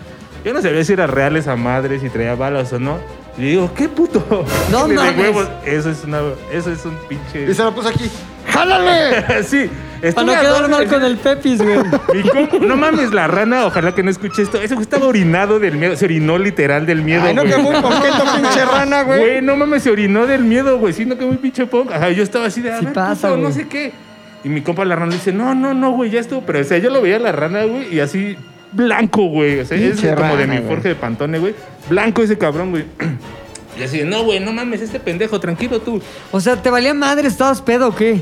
Yo no sabía si era real esa madre, si traía balas o no. Y le digo, ¿qué puto?
No
Le de
mames.
huevos. Eso es una... Eso es un
Y
pinche...
se lo puso aquí. ¡Jálale!
sí.
Para
estuve
no
a
quedar
dos
mal
de-
con el Pepis, güey.
Mi compa- No mames, la rana, ojalá que no escuche esto. Ese güey estaba orinado del miedo, se orinó literal del miedo.
Ay, no,
güey.
que muy coqueto, pinche rana, güey.
Güey, no mames, se orinó del miedo, güey. Sí, no, que muy pinche punk. Ajá, yo estaba así de, a
Sí
ver,
pasa,
puto, no
güey.
sé qué. Y mi compa la rana le dice, no, no, no, güey, ya estuvo. Pero, o sea, yo lo veía a la rana, güey, y así blanco, güey. O sea, es
Pinche
como de
rana,
mi
güey.
Jorge de Pantone, güey. Blanco ese cabrón, güey. Y así de, no, güey, no mames, este pendejo, tranquilo tú.
O sea, ¿te valía madre? ¿Estabas pedo o qué?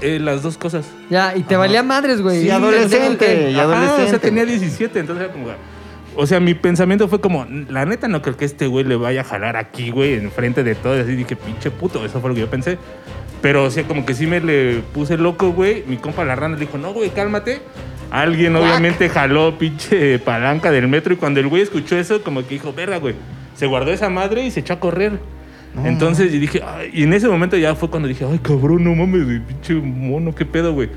Eh, las dos cosas.
Ya, y te valía madres, güey.
Sí,
Y
Pues, adolescente. Y
Ajá,
adolescente.
o sea, tenía 17, entonces era como... O sea, mi pensamiento fue como, la neta no creo que este güey le vaya a jalar aquí, güey, enfrente de todos. Así dije, pinche puto, eso fue lo que yo pensé. Pero, o sea, como que sí me le puse loco, güey. Mi compa la rana le dijo, no, güey, cálmate. Alguien obviamente jaló pinche palanca del metro y cuando el güey escuchó eso, como que dijo, verga, güey. Se guardó esa madre y se echó a correr. Entonces yo dije, "Ay", y en ese momento ya fue cuando dije, ay, cabrón, no mames, güey, pinche mono, qué pedo, güey.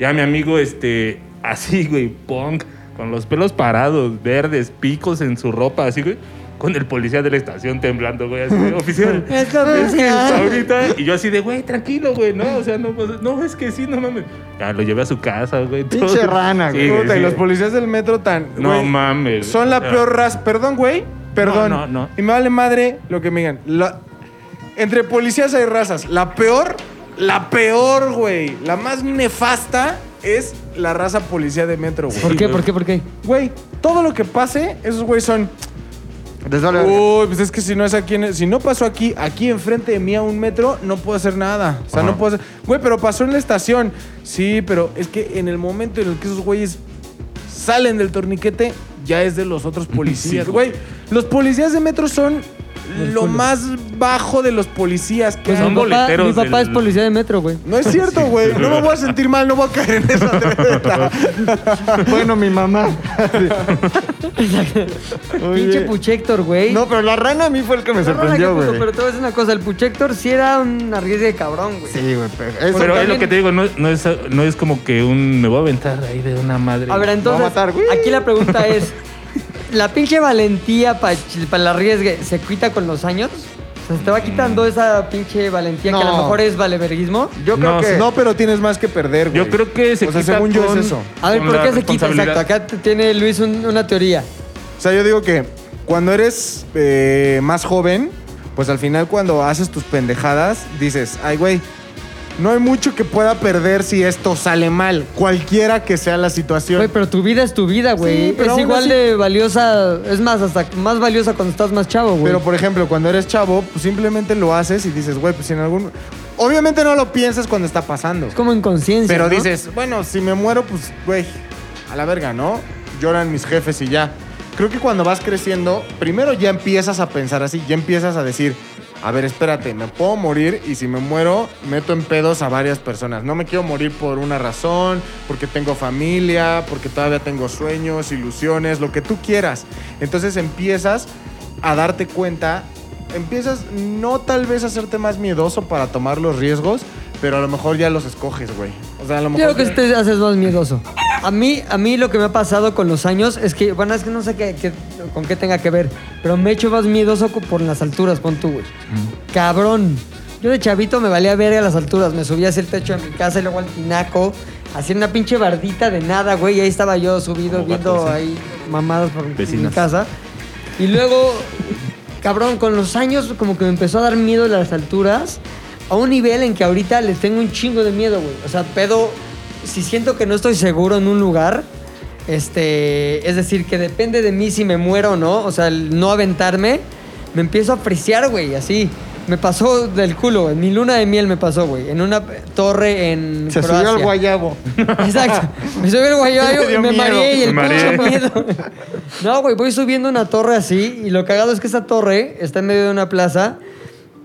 Ya mi amigo, este, así, güey, punk, con los pelos parados, verdes, picos en su ropa, así, güey. Con el policía de la estación temblando, güey, así, oficial.
Es lo
que
mismo.
ahorita. Y yo así de, güey, tranquilo, güey, no, o sea, no, pasa- no, es que sí, no mames. Ya lo llevé a su casa, güey. todo.
Pinche rana, güey.
güey,
Puta, y
sí.
los policías del metro tan.
No
güey,
mames.
Son la
Ya.
peor raza. Perdón, güey. Perdón.
No, no, no.
Y me vale madre lo que me digan. La- Entre policías hay razas. La peor, la peor, güey. La más nefasta es la raza policía de metro, güey.
¿Por qué? ¿Por qué? ¿Por qué?
Güey, todo lo que pase, esos güeyes son.
Les vale verga.
Uh.
Uy, pues es que si no es aquí, en- si no pasó aquí, aquí enfrente de mí a un metro, no puedo hacer nada. O sea, no
Ajá.
puedo hacer. Güey, pero pasó en la estación. Sí, pero es que en el momento en el que esos güeyes salen del torniquete, ya es de los otros policías.
Sí,
güey,
güey.
los policías de metro son lo más bajo de los policías que
Pues
hay.
Son
mi papá,
boleteros
mi papá
del-
es policía de metro, güey.
No es cierto, güey. No me voy a sentir mal, no voy a caer en esa treta.
Bueno, mi mamá.
Pinche Puchector, güey.
No, pero la rana a mí fue el que me
La rola que
sorprendió,
puso,
güey.
Pero te voy a decir una cosa, el Puchector sí era un arriesgue de cabrón, güey.
Sí, güey. Pero,
Pero
eso
es
también-
lo que te digo, no, no es, no es como que un me voy a aventar ahí de una madre.
A ver, entonces,
Va a matar, güey.
aquí la pregunta es, ¿la pinche valentía para el arriesgue se quita con los años? O sea, ¿Se te va quitando esa pinche valentía que a lo
No.
mejor es valeverguismo?
Yo creo
No,
que.
No, pero tienes más que perder, güey.
yo creo que se
O sea,
quita
según yo
con-
es eso.
A ver,
con
¿por
la
qué se quita?
responsabilidad.
Exacto, acá t- tiene Luis un- una teoría.
O sea, yo digo que cuando eres eh, más joven, pues al final cuando haces tus pendejadas, dices, ay, güey, no hay mucho que pueda perder si esto sale mal, cualquiera que sea la situación.
Güey, pero tu vida es tu vida, güey.
Sí, pero
es
aún
igual
así-
de valiosa, es más, hasta más valiosa cuando estás más chavo, güey.
Pero por ejemplo, cuando eres chavo, pues simplemente lo haces y dices, güey, pues en algún... Obviamente no lo piensas cuando está pasando.
es como inconsciencia,
Pero
¿no?
dices, bueno, si me muero, pues, güey, a la verga, ¿no? Lloran mis jefes y ya. Creo que cuando vas creciendo, primero ya empiezas a pensar así, ya empiezas a decir, a ver, espérate, me puedo morir y si me muero, meto en pedos a varias personas. No me quiero morir por una razón, porque tengo familia, porque todavía tengo sueños, ilusiones, lo que tú quieras. Entonces empiezas a darte cuenta empiezas no tal vez a hacerte más miedoso para tomar los riesgos, pero a lo mejor ya los escoges, güey. O sea, a lo
Yo creo
mejor
que te haces más miedoso. A mí, a mí lo que me ha pasado con los años es que, bueno, es que no sé qué, qué- con qué tenga que ver, pero me he hecho más miedoso co- por las alturas, pon tú, güey.
Mm.
Cabrón. Yo de chavito me valía ver a las alturas, me subía hacia el techo de mi casa y luego al tinaco, hacía una pinche bardita de nada, güey, y ahí estaba yo subido
Como
viendo
gato, sí.
ahí mamadas por mi
Vecinas.
casa. Y luego, cabrón, con los años como que me empezó a dar miedo las alturas a un nivel en que ahorita les tengo un chingo de miedo, güey. O sea, pedo, si siento que no estoy seguro en un lugar, este, es decir, que depende de mí si me muero o no, o sea, el no aventarme, me empiezo a apreciar, güey, así. Me pasó del culo, en mi luna de miel me pasó, güey, en una torre en
Se
Croacia.
subió al guayabo.
Exacto. Me subí el guayayo
Le
y
dio
me
miedo.
mareé y el
Me
pinche
mareé.
miedo. No, güey, voy subiendo una torre así y lo cagado es que esa torre está en medio de una plaza,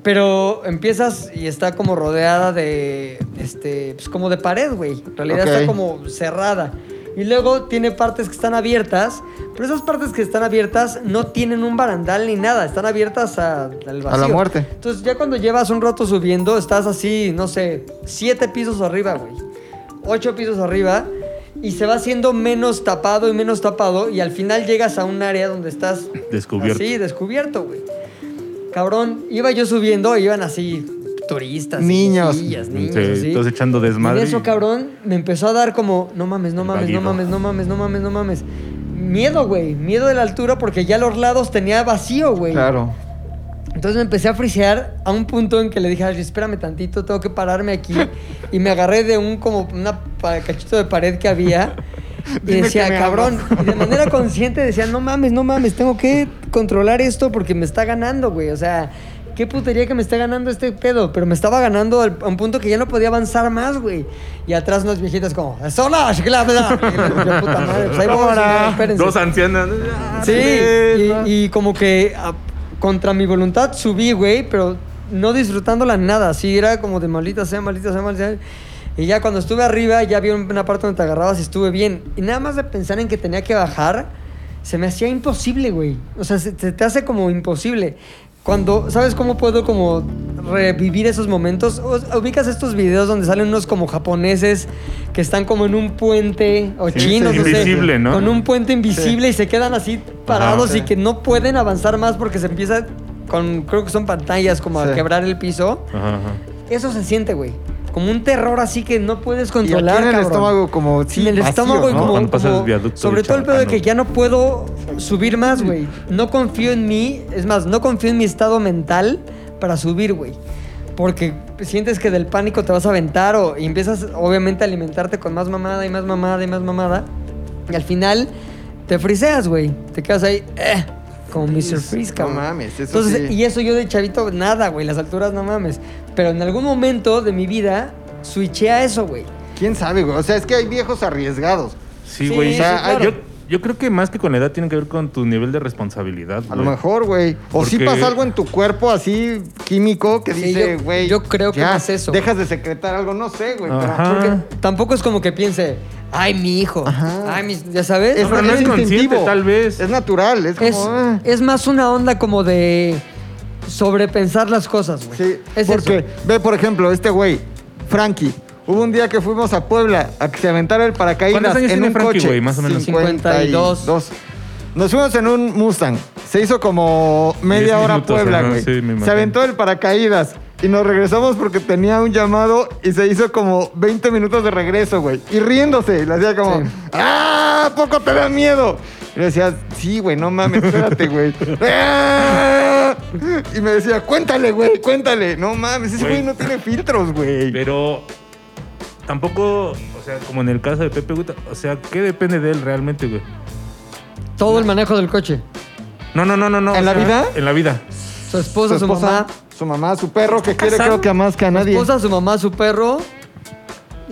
pero empiezas y está como rodeada de, este, pues como de pared, güey. En realidad
Ok.
está como cerrada. Y luego tiene partes que están abiertas, pero esas partes que están abiertas no tienen un barandal ni nada, están abiertas a, al
A la
vacío.
muerte.
Entonces ya cuando llevas un rato subiendo, estás así, no sé, siete pisos arriba, güey. Ocho pisos arriba. Y se va haciendo menos tapado y menos tapado. Y al final llegas a un área donde estás...
Descubierto.
Así, descubierto, güey. Cabrón, iba yo subiendo, e iban así turistas. y
Niños.
cosillas, niños,
Sí,
así.
todos echando desmadre
Y de eso,
y-
cabrón, me empezó a dar como, no mames, no
El
mames, no
vaguido.
mames, no mames, no mames, no mames. Miedo, güey. Miedo de la altura porque ya los lados tenía vacío, güey.
Claro.
Entonces me empecé a frisear a un punto en que le dije, "Ay, espérame tantito, tengo que pararme aquí. Y me agarré de un como una pa- cachito de pared que había. Y
Dime
decía,
que me
cabrón. Y de manera consciente decía, no mames, no mames, tengo que controlar esto porque me está ganando, güey. O sea, qué putería que me está ganando este pedo. Pero me estaba ganando al- a un punto que ya no podía avanzar más, güey. Y atrás unas viejitas como, ¡Sola! ¡Shikla! bla". Y yo, puta madre, pues ahí voy, señora, espérense.
Dos ancianas.
Sí, y, y como que a- contra mi voluntad subí, güey, pero no disfrutándola nada. Sí, era como de maldita sea, maldita sea, maldita sea. Y ya cuando estuve arriba, ya vi una parte donde te agarrabas y estuve bien. Y nada más de pensar en que tenía que bajar, se me hacía imposible, güey. O sea, se, se te hace como imposible. Cuando, ¿sabes cómo puedo como revivir esos momentos? O- Ubicas estos videos donde salen unos como japoneses que están como en un puente o chinos, no sé,
Invisible, ¿no?
Con un puente invisible y se quedan así parados
Ajá.
y que no pueden avanzar más porque se empieza con, creo que son pantallas, como a
Sí.
quebrar el piso.
Ajá, ajá.
Eso se siente, güey. Como un terror así que no puedes
Y aquí en el
controlar. cabrón.
estómago, como. Sí,
en el
vacío,
estómago y
¿no?
como,
Cuando pasas el
como-
viaducto
sobre
de
todo el pedo de que
Chabacano.
ya no puedo subir más, güey. No confío en mí, es más, no confío en mi estado mental para subir, güey. Porque sientes que del pánico te vas a aventar o y empiezas obviamente a alimentarte con más mamada y más mamada y más mamada. Y al final te friseas, güey. Te quedas ahí, eh, como Mr. Freeze,
No
cabrón.
mames, eso
Entonces,
sí.
y eso yo de chavito, nada, güey, las alturas no mames. Pero en algún momento de mi vida, switché a eso, güey.
¿Quién sabe, güey? O sea, es que hay viejos arriesgados.
Sí,
Sí,
güey.
sí, claro.
Yo Yo creo que más que con la edad tiene que ver con tu nivel de responsabilidad.
A
güey.
lo mejor, güey. O si
Porque-
pasa algo en tu cuerpo así químico que
Sí,
dice,
yo-
güey.
yo creo que
ya,
más eso.
Dejas de secretar algo, no sé, güey. pero-
Ajá.
Tampoco es como que piense, ay, mi hijo,
Ah. Ajá.
ay, mis, ya sabes.
Es,
No, pero no
es
es consciente,
instintivo.
tal vez.
Es natural. Es como.
Es,
ah.
es más una onda como de sobrepensar las cosas, güey.
Sí,
es
porque,
eso.
ve, por ejemplo, este güey, Frankie. Hubo un día que fuimos a Puebla a que se aventara el paracaídas
¿Cuántos años
en
tiene
un
Frankie,
coche.
güey, más o menos?
52.
Nos fuimos en un Mustang. Se hizo como
Diez
media hora a
minutos,
Puebla,
ajá,
güey.
sí, me
se
imagino.
aventó el paracaídas y nos regresamos porque tenía un llamado y se hizo como 20 minutos de regreso, güey. Y riéndose, le hacía como, ¡ah! ¡Poco te da miedo! Y le decía, sí, güey, no mames, espérate, güey. ¡Ah! Y me decía, cuéntale, güey, cuéntale. No mames, ese
Güey.
güey no tiene filtros, güey.
Pero tampoco, o sea, como en el caso de Pepe Guta, o sea, ¿qué depende de él realmente, güey?
Todo el manejo del coche.
No, no, no, no, no.
¿En
o
la
sea,
vida?
En la vida.
Su esposa, su, mamá.
su mamá, su perro, que quiere
casado?
creo que más que a
Su
nadie.
esposa, su mamá, su perro.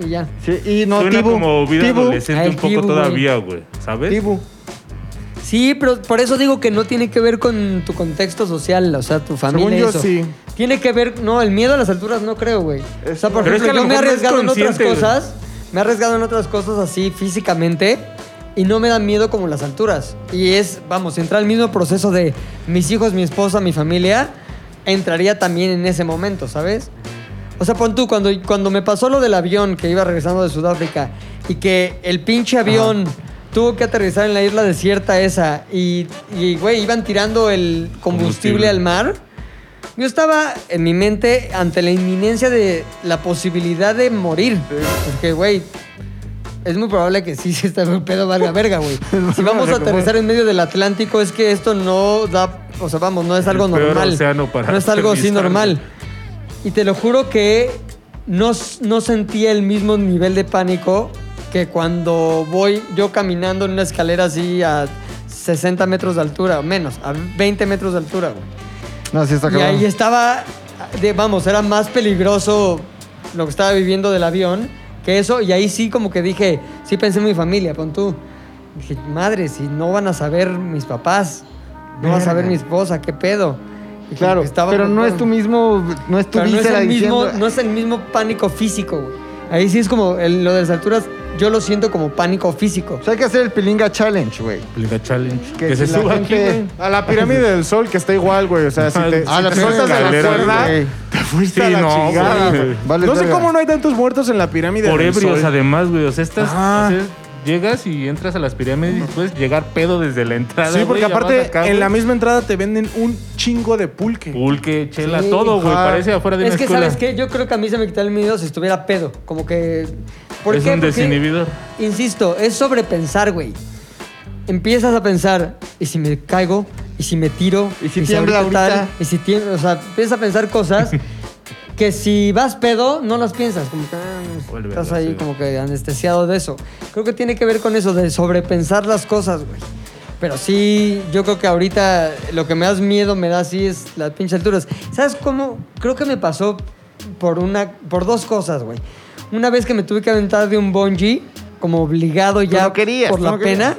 Y ya.
Sí, y no,
Suena
Tibu.
como vida
Tibu,
adolescente
Ay,
un poco
Tibu, güey.
todavía, güey. ¿Sabes?
Tibu.
Sí, pero por eso digo que no tiene que ver con tu contexto social, o sea, tu familia.
yo,
eso.
sí.
Tiene que ver, no, el miedo a las alturas no creo, güey. O sea, por
Pero
ejemplo,
es que a lo
yo me he
mejor no es
arriesgado en otras
consciente, güey.
cosas, me he arriesgado en otras cosas así físicamente y no me da miedo como las alturas. Y es, vamos, entrar al mismo proceso de mis hijos, mi esposa, mi familia, entraría también en ese momento, ¿sabes? O sea, pon tú, cuando, cuando me pasó lo del avión que iba regresando de Sudáfrica y que el pinche avión tuvo que aterrizar en la isla desierta esa y, y, güey, iban tirando el combustible
Combustible.
al mar, yo estaba en mi mente ante la inminencia de la posibilidad de morir. Porque, güey, es muy probable que sí, si está el pedo valga verga, güey. Si vamos a aterrizar en medio del Atlántico, es que esto no da. O sea, vamos, no es algo
El peor
normal.
océano para
no es algo así
aterrizar,
normal.
güey.
Y te lo juro que no, s- no sentía el mismo nivel de pánico que cuando voy yo caminando en una escalera así a 60 metros de altura, o menos, a 20 metros de altura, güey.
No, sí está
Y
Ah, cabrón.
ahí estaba, de- vamos, era más peligroso lo que estaba viviendo del avión que eso. Y ahí sí como que dije, sí pensé en mi familia, pon tú. Dije, madre, si no van a saber mis papás, no va a saber mi esposa, qué pedo. Y como
Claro,
que estaba
pero
con
no
todo.
es tu mismo, no es tu
Pero no es,
víscera
el mismo,
diciendo,
no es el mismo pánico físico, güey. Ahí sí es como, el- lo de las alturas, yo lo siento como pánico físico.
O sea, hay que hacer el Pilinga Challenge, güey.
Liga Challenge.
Que
Que,
si
se
la
suba
gente-
aquí, güey.
A la pirámide del sol, que está igual, güey. O sea, si te,
Ah,
si
la
te
pirámide
sueltas
del
de la
Escalera,
cuerda,
güey.
te fuiste
Sí,
a la
no,
chingada,
güey.
güey.
Vale,
no sé
verga.
cómo no hay tantos muertos en la pirámide
Por
del
ebrios,
sol.
además, güey. O sea, estás.
Ah.
o sea, llegas y entras a las pirámides y puedes llegar pedo desde la entrada.
Sí, porque
güey, ya vas
aparte,
acá,
en la
güey.
misma entrada te venden un chingo de pulque.
Pulque, chela,
Sí.
todo, güey.
Ah.
Parece afuera de
Es
una
que,
escuela.
¿sabes qué? Yo creo que a mí se me quitaba el miedo si estuviera pedo. Como que... ¿por
Es
qué?
un
Porque-
desinhibidor.
Insisto, es sobrepensar, güey. Empiezas a pensar, ¿y si me caigo? ¿Y si me tiro?
¿Y si tiembla ahorita?
¿Y si tiembla? O sea, empiezas a pensar cosas que si vas pedo, no las piensas. Como que ah,
Vuelve
estás
a la
ahí
ciudad.
como que anestesiado de eso. Creo que tiene que ver con eso, de sobrepensar las cosas, güey. Pero sí, yo creo que ahorita lo que me das miedo, me da así es las pinches alturas. ¿Sabes cómo? Creo que me pasó por una, por dos cosas, güey. Una vez que me tuve que aventar de un bungee, como obligado ya
no querías,
por
tú
la
no querías.
pena.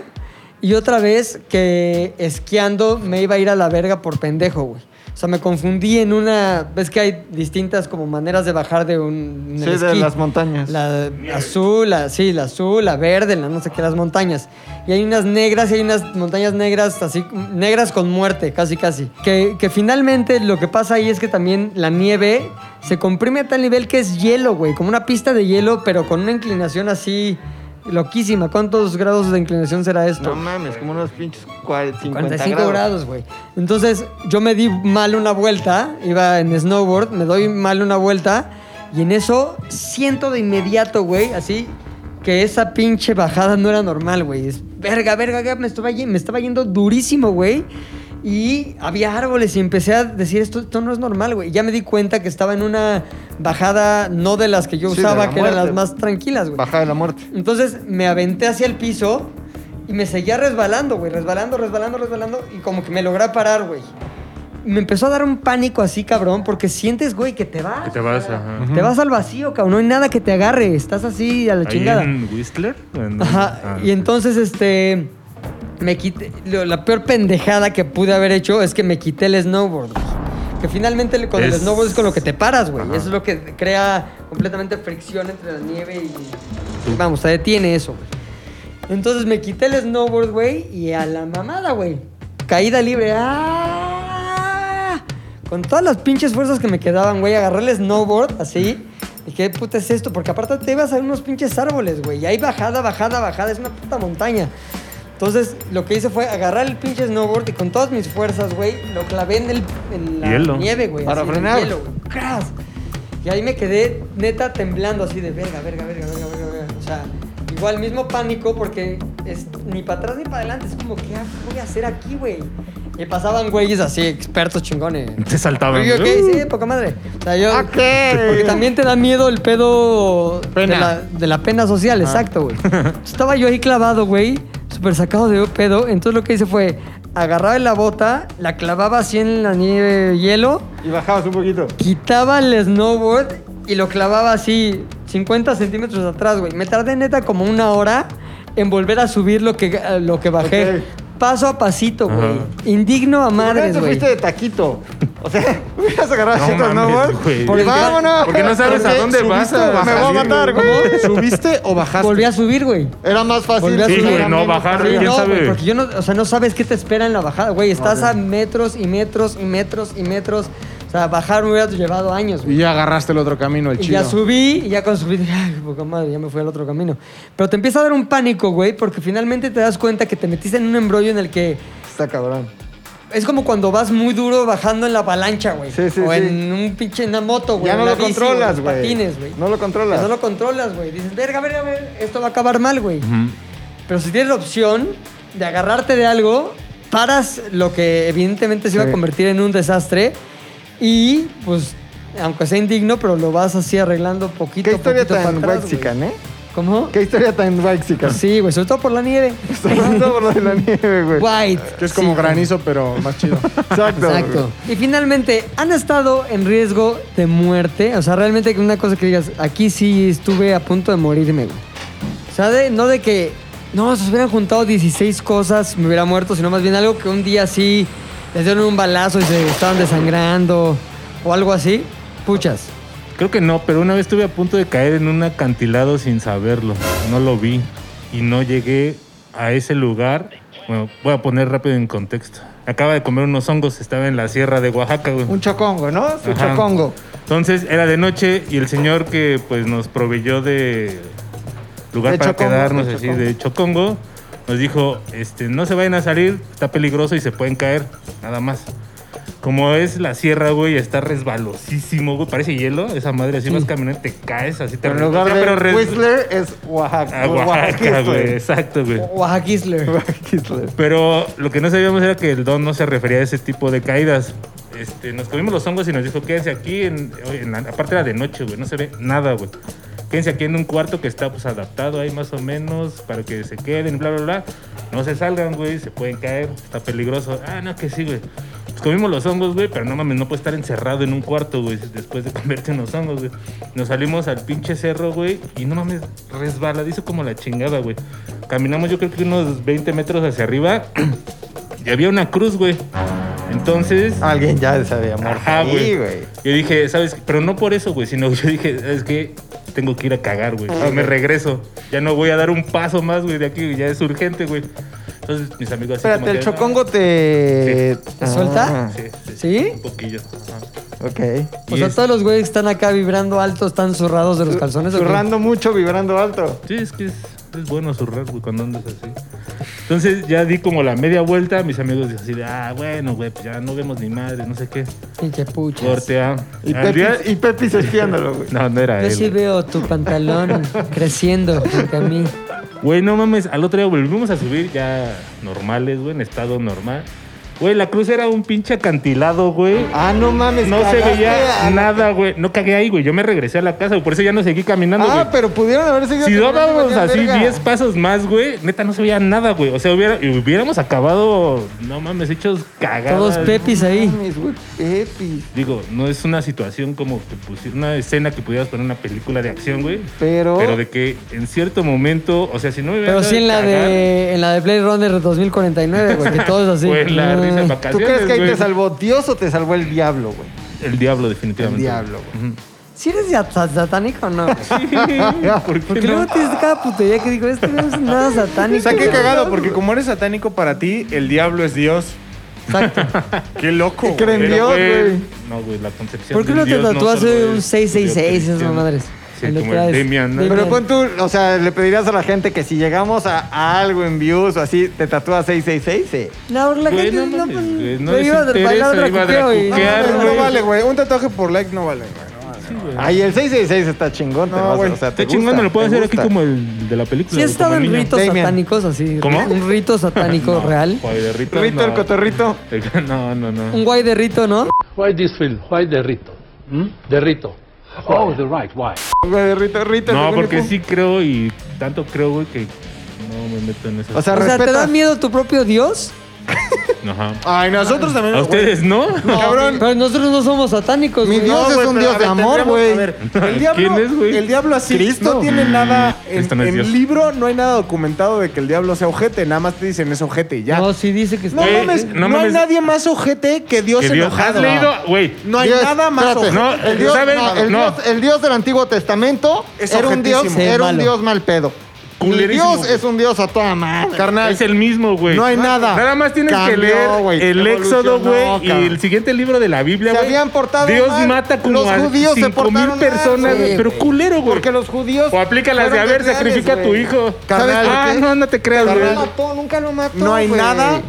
Y otra vez que esquiando me iba a ir a la verga por pendejo, güey. O sea, me confundí en una... Ves que hay distintas como maneras de bajar de un... en
Sí,
el
de
esquí.
las montañas.
La azul, la, sí, la azul, la verde, la no sé qué, las montañas. Y hay unas negras y hay unas montañas negras, así, negras con muerte, casi, casi. Que, que finalmente lo que pasa ahí es que también la nieve se comprime a tal nivel que es hielo, güey, como una pista de hielo, pero con una inclinación así loquísima. ¿Cuántos grados de inclinación será esto?
No mames, como unos pinches cual- 50
45
grados.
grados, güey. Entonces, yo me di mal una vuelta, iba en snowboard, me doy mal una vuelta y en eso siento de inmediato, güey, así que esa pinche bajada no era normal, güey. Es verga, verga, verga, me estaba, ye- me estaba yendo durísimo, güey. Y había árboles y empecé a decir, esto, esto no es normal, güey. Y Ya me di cuenta que estaba en una bajada no de las que yo
Sí, de
usaba,
la
que eran
muerte.
las más tranquilas, güey.
Bajada de la muerte.
Entonces me aventé hacia el piso y me seguía resbalando, güey. Resbalando, resbalando, resbalando. Y como que me logré parar, güey. Me empezó a dar un pánico así, cabrón, porque sientes, güey, que te vas.
Que te vas, ajá.
Te vas al vacío, cabrón. No hay nada que te agarre. Estás así a la
Ahí
chingada.
en Whistler. ¿En dónde?
Ajá.
Ah,
Y entonces, este. me quité, lo- la peor pendejada que pude haber hecho es que me quité el snowboard. güey. Que finalmente con el
Es-
snowboard es con lo que te paras, güey.
Ajá.
Eso es lo que crea completamente fricción entre la nieve y... Vamos, te detiene eso, güey. Entonces me quité el snowboard, güey, y a la mamada, güey. Caída libre. ¡Ah! Con todas las pinches fuerzas que me quedaban, güey, agarré el snowboard así. Y qué puta es esto, porque aparte te ibas a unos pinches árboles, güey. Y hay bajada, bajada, bajada. Es una puta montaña. Entonces, lo que hice fue agarrar el pinche snowboard y con todas mis fuerzas, güey, lo clavé en, el, en la
Hielo.
nieve, güey.
Para
así, en el
frenar.
hielo, güey. ¡Cras! Y ahí me quedé neta temblando así de verga, verga, verga, verga, verga, verga. O sea, igual mismo pánico porque es ni para atrás ni para adelante. Es como, ¿qué voy a hacer aquí, güey? Y pasaban güeyes así, expertos chingones.
Te saltaban.
Y yo, ¿qué?
Uh.
Sí, poca madre. O sea, yo.
Ok.
Porque también te da miedo el pedo
Pena.
De,
Ah.
la, de la pena social, exacto, güey. Estaba yo ahí clavado, güey, súper sacado de pedo. Entonces lo que hice fue agarraba la bota, la clavaba así en la nieve hielo,
Y bajabas un poquito.
quitaba el snowboard y lo clavaba así 50 centímetros atrás, güey. Me tardé neta como una hora en volver a subir lo que, eh, lo que bajé.
Ok.
Paso a pasito, güey.
Ajá.
Indigno a
Madre,
madres,
te
güey.
fuiste de taquito. O sea, hubieras agarrado
No
asiento de
mames,
snowboard.
güey.
Porque vámonos.
Porque no sabes a dónde vas a
Me
bajar,
voy a matar,
güey.
güey.
¿Subiste o bajaste?
Volví a subir, güey.
Era más fácil.
Volví a
Sí,
subir.
güey, no, bajar,
Sí,
quién
no,
sabe.
güey, porque yo no, o sea, no sabes qué te espera en la bajada, güey. Estás a metros y metros y metros y metros. O sea, bajar me hubiera llevado años,
Y
güey.
ya agarraste el otro camino, el
Y
chido.
ya subí, y ya cuando subí, dije, ay, poca madre, ya me fui al otro camino. Pero te empieza a dar un pánico, güey, porque finalmente te das cuenta que te metiste en un embrollo en el que
Está cabrón.
es como cuando vas muy duro bajando en la avalancha, güey.
Sí, sí,
o
sí.
en un pinche, en una moto, güey.
Ya
en
no
la
lo
bici,
controlas,
en los
güey.
patines, güey.
No lo controlas.
Que No lo controlas, güey. Dices, verga, verga, verga, esto va a acabar mal, güey. Pero si tienes la opción de agarrarte de algo, paras lo que evidentemente se iba a convertir en un desastre y, pues, aunque sea indigno, pero lo vas así arreglando poquito
Qué
a
historia
poquito
tan
para atrás,
waxican,
güey.
¿eh?
¿Cómo?
Qué historia tan waxican.
Sí, güey, sobre todo por la nieve.
Pasando por lo de la nieve, güey.
White.
Que es como granizo, pero más chido.
Exacto.
Exacto. Y finalmente, han estado en riesgo de muerte. O sea, realmente que una cosa que digas, aquí sí estuve a punto de morirme, güey. O sea, de- no de que, no, se hubieran juntado 16 cosas, me hubiera muerto, sino más bien algo que un día sí les dieron un balazo y se estaban desangrando o algo así. Puchas.
Creo que no, pero una vez estuve a punto de caer en un acantilado sin saberlo. No lo vi y no llegué a ese lugar. Bueno, voy a poner rápido en contexto. Acaba de comer unos hongos, estaba en la sierra de Oaxaca, güey.
Un chocongo, ¿no? Su
Ajá.
chocongo.
Entonces era de noche y el señor que pues nos proveyó de lugar
De
para
chocongos,
quedarnos
de
así
chocongos.
de Chocongo nos dijo, este, no se vayan a salir, está peligroso y se pueden caer, nada más. Como es la sierra, güey, está resbalosísimo, güey, parece hielo, esa madre así vas caminando, te caes, así te
En
resbalas.
lugar
O sea, pero
de
res-
Whistler es Oaxaca.
a Oaxaca, güey, exacto, güey.
Oaxaca Isler.
Oaxaquisler.
Pero lo que no sabíamos era que el don no se refería a ese tipo de caídas. Este, nos comimos los hongos y nos dijo, quédense aquí, en, en la, aparte era de noche, güey, no se ve nada, güey. Quédense aquí en un cuarto que está pues adaptado ahí más o menos para que se queden, bla, bla, bla. No se salgan, güey, se pueden caer, está peligroso. Ah, no, que sí, güey. Pues comimos los hongos, güey, pero no mames, no puedes estar encerrado en un cuarto, güey, después de comerte unos hongos, güey. Nos salimos al pinche cerro, güey, y no mames, resbaladizo como la chingada, güey. Caminamos yo creo que unos 20 metros hacia arriba y había una cruz, güey. Entonces...
Alguien ya se había muerto.
Ajá,
ahí,
güey. Yo dije, ¿sabes? qué? Pero no por eso, güey, sino yo dije, ¿sabes qué? Tengo que ir a cagar, güey. Y me regreso. Ya no voy a dar un paso más, güey, de aquí. Ya es urgente, güey. Entonces, mis amigos así
Espérate,
como
el
que,
chocongo te.
¿Te suelta?
"Ah,
Ah,
Sí, sí,
¿Sí?
Un poquillo. Ajá.
Ok.
O
Y
sea,
es-
todos los güeyes que están acá vibrando alto, están zurrados de los calzones. ¿o qué?
Zurrando mucho, vibrando alto.
Sí, es que es, es bueno zurrar, güey, cuando andas así. Entonces, ya di como la media vuelta. Mis amigos así de, ah, bueno, güey, pues ya no vemos ni madre, no sé qué.
Pinche puchas.
Corte a...
Y
al día-
Pepis, y Pepis espiándolo, güey.
No, no era
Yo
él.
sí
güey.
veo tu pantalón creciendo frente a mí.
Güey, no mames, al otro día volvimos a subir ya normales, güey, en estado normal. Güey, la cruz era un pinche acantilado, güey.
Ah, no mames.
No se
cagaste
veía
a-
nada, güey. No cagué ahí, güey. Yo me regresé a la casa, güey. Por eso ya no seguí caminando, güey.
Ah, pero pudieron haber seguido.
Si
caminando,
dábamos
valían
así
verga.
10 pasos más, güey, neta no se veía nada, güey. O sea, hubiera, hubiéramos acabado, no mames, hechos cagados.
Todos pepis ahí.
Mames, güey, Epi.
Digo, no es una situación como que pusi- una escena que pudieras poner en una película de acción, güey.
Pero-
Pero de que en cierto momento, o sea, si no me hubieran
Pero
dado
sí en la
cagar,
de, en la de Blade Runner 2049, güey, que todo es así.
Güey, Pues la risa en
¿Tú
vacaciones,
crees que ahí
güey.
te salvó Dios o te salvó el diablo, güey?
El diablo, definitivamente.
El diablo,
güey.
¿Sí eres ya- sa- satánico o no? güey?
Ujú. ¿Por qué
Porque luego
no?
tienes cada putería que digo, esto no es nada satánico.
O sea, qué
güey.
cagado, porque como eres satánico para ti, el diablo es Dios. Exacto. qué loco.
creen
güey.
Pero,
Dios, güey.
No, güey, la concepción
¿Por qué
del
no te
Dios solo
tatuaste
es
un 666 esas
cristiano.
madres?
Sí,
El de
como
atrás.
el Demian, ¿no?
Demian.
Pero pon tú, o sea, le pedirías a la gente que si llegamos a, a algo en views o así, te tatúas 666. Sí.
No, la
Güey,
gente
no
no,
mames, güey, no
no
les
iba a
interesa,
bailar otra
iba a
cuqueo y-
dracuquear,
No,
güey.
no vale, güey. Un tatuaje por like no vale, güey. No vale.
Ay, el 666 está chingón, te
No,
vas a-
güey,
o sea, te
Está chingón,
gusta,
lo puedo
te
hacer
gusta.
aquí como el de la película.
Sí has
como
estado
el
en
niño.
ritos
Damian.
satánicos así.
¿Cómo?
Un rito satánico real.
Joder, de ritos,
Rito el
no.
cotorrito.
No, no,
Un
no.
guay de rito, ¿no?
Why this film? Why the Rito? Hmm? The Rito. Oh, the right. Why?
Güey, Rito, Rito.
pues, No,
según
porque
yo, pum.
sí creo y tanto creo, güey, que no me meto en esas
O sea,
O sea, ¿te da
respetas.
miedo tu propio Dios?
Ajá.
Ay, nosotros también.
¿A ustedes ah, no?
Cabrón.
Pero nosotros no somos satánicos,
Mi
güey.
Dios
No,
es
güey,
un
pero
pues,
Dios
a
de
ver,
amor,
tendríamos-
güey.
a ver, El diablo,
¿Quién es, güey?
el diablo así
Cristo.
no tiene nada
Cristo
en,
no es
en
Dios.
libro, no hay nada documentado de que el diablo sea ojete, nada más te dicen es ojete y ya.
No, sí dice que
No
Güey,
mames,
no
no, hay
mames.
nadie más ojete que Dios
Que Dios- ¿Has
enojado.
leído? Güey.
No hay
Dios,
nada más
espérate.
ojete.
No,
El Dios,
¿saben?
no, el,
No.
Dios, el Dios del Antiguo Testamento
Es
era un Dios,
objetísimo.
era un
Malo.
Dios mal pedo. Mi
Culerísimo,
Dios
güey.
es un Dios a toda madre.
Carnal,
Es el mismo, güey.
No hay nada.
Nada más tienes
Cambió,
que leer
güey.
el Éxodo,
Evolucionó,
güey, y
cabrón.
el siguiente libro de la Biblia,
Se
güey.
habían portado
Dios
mal.
mata como
Los
a
judíos se
5,000
portaron mal,
personas,
güey.
güey, pero culero, güey.
Porque los judíos.
O aplícalas de, a
fueron
ver,
desleales,
sacrifica a tu
güey.
hijo.
Carnal,
ah,
¿por qué?
no, no te creas,
Nunca lo
güey.
mató, nunca lo mató.
no hay
güey.
nada,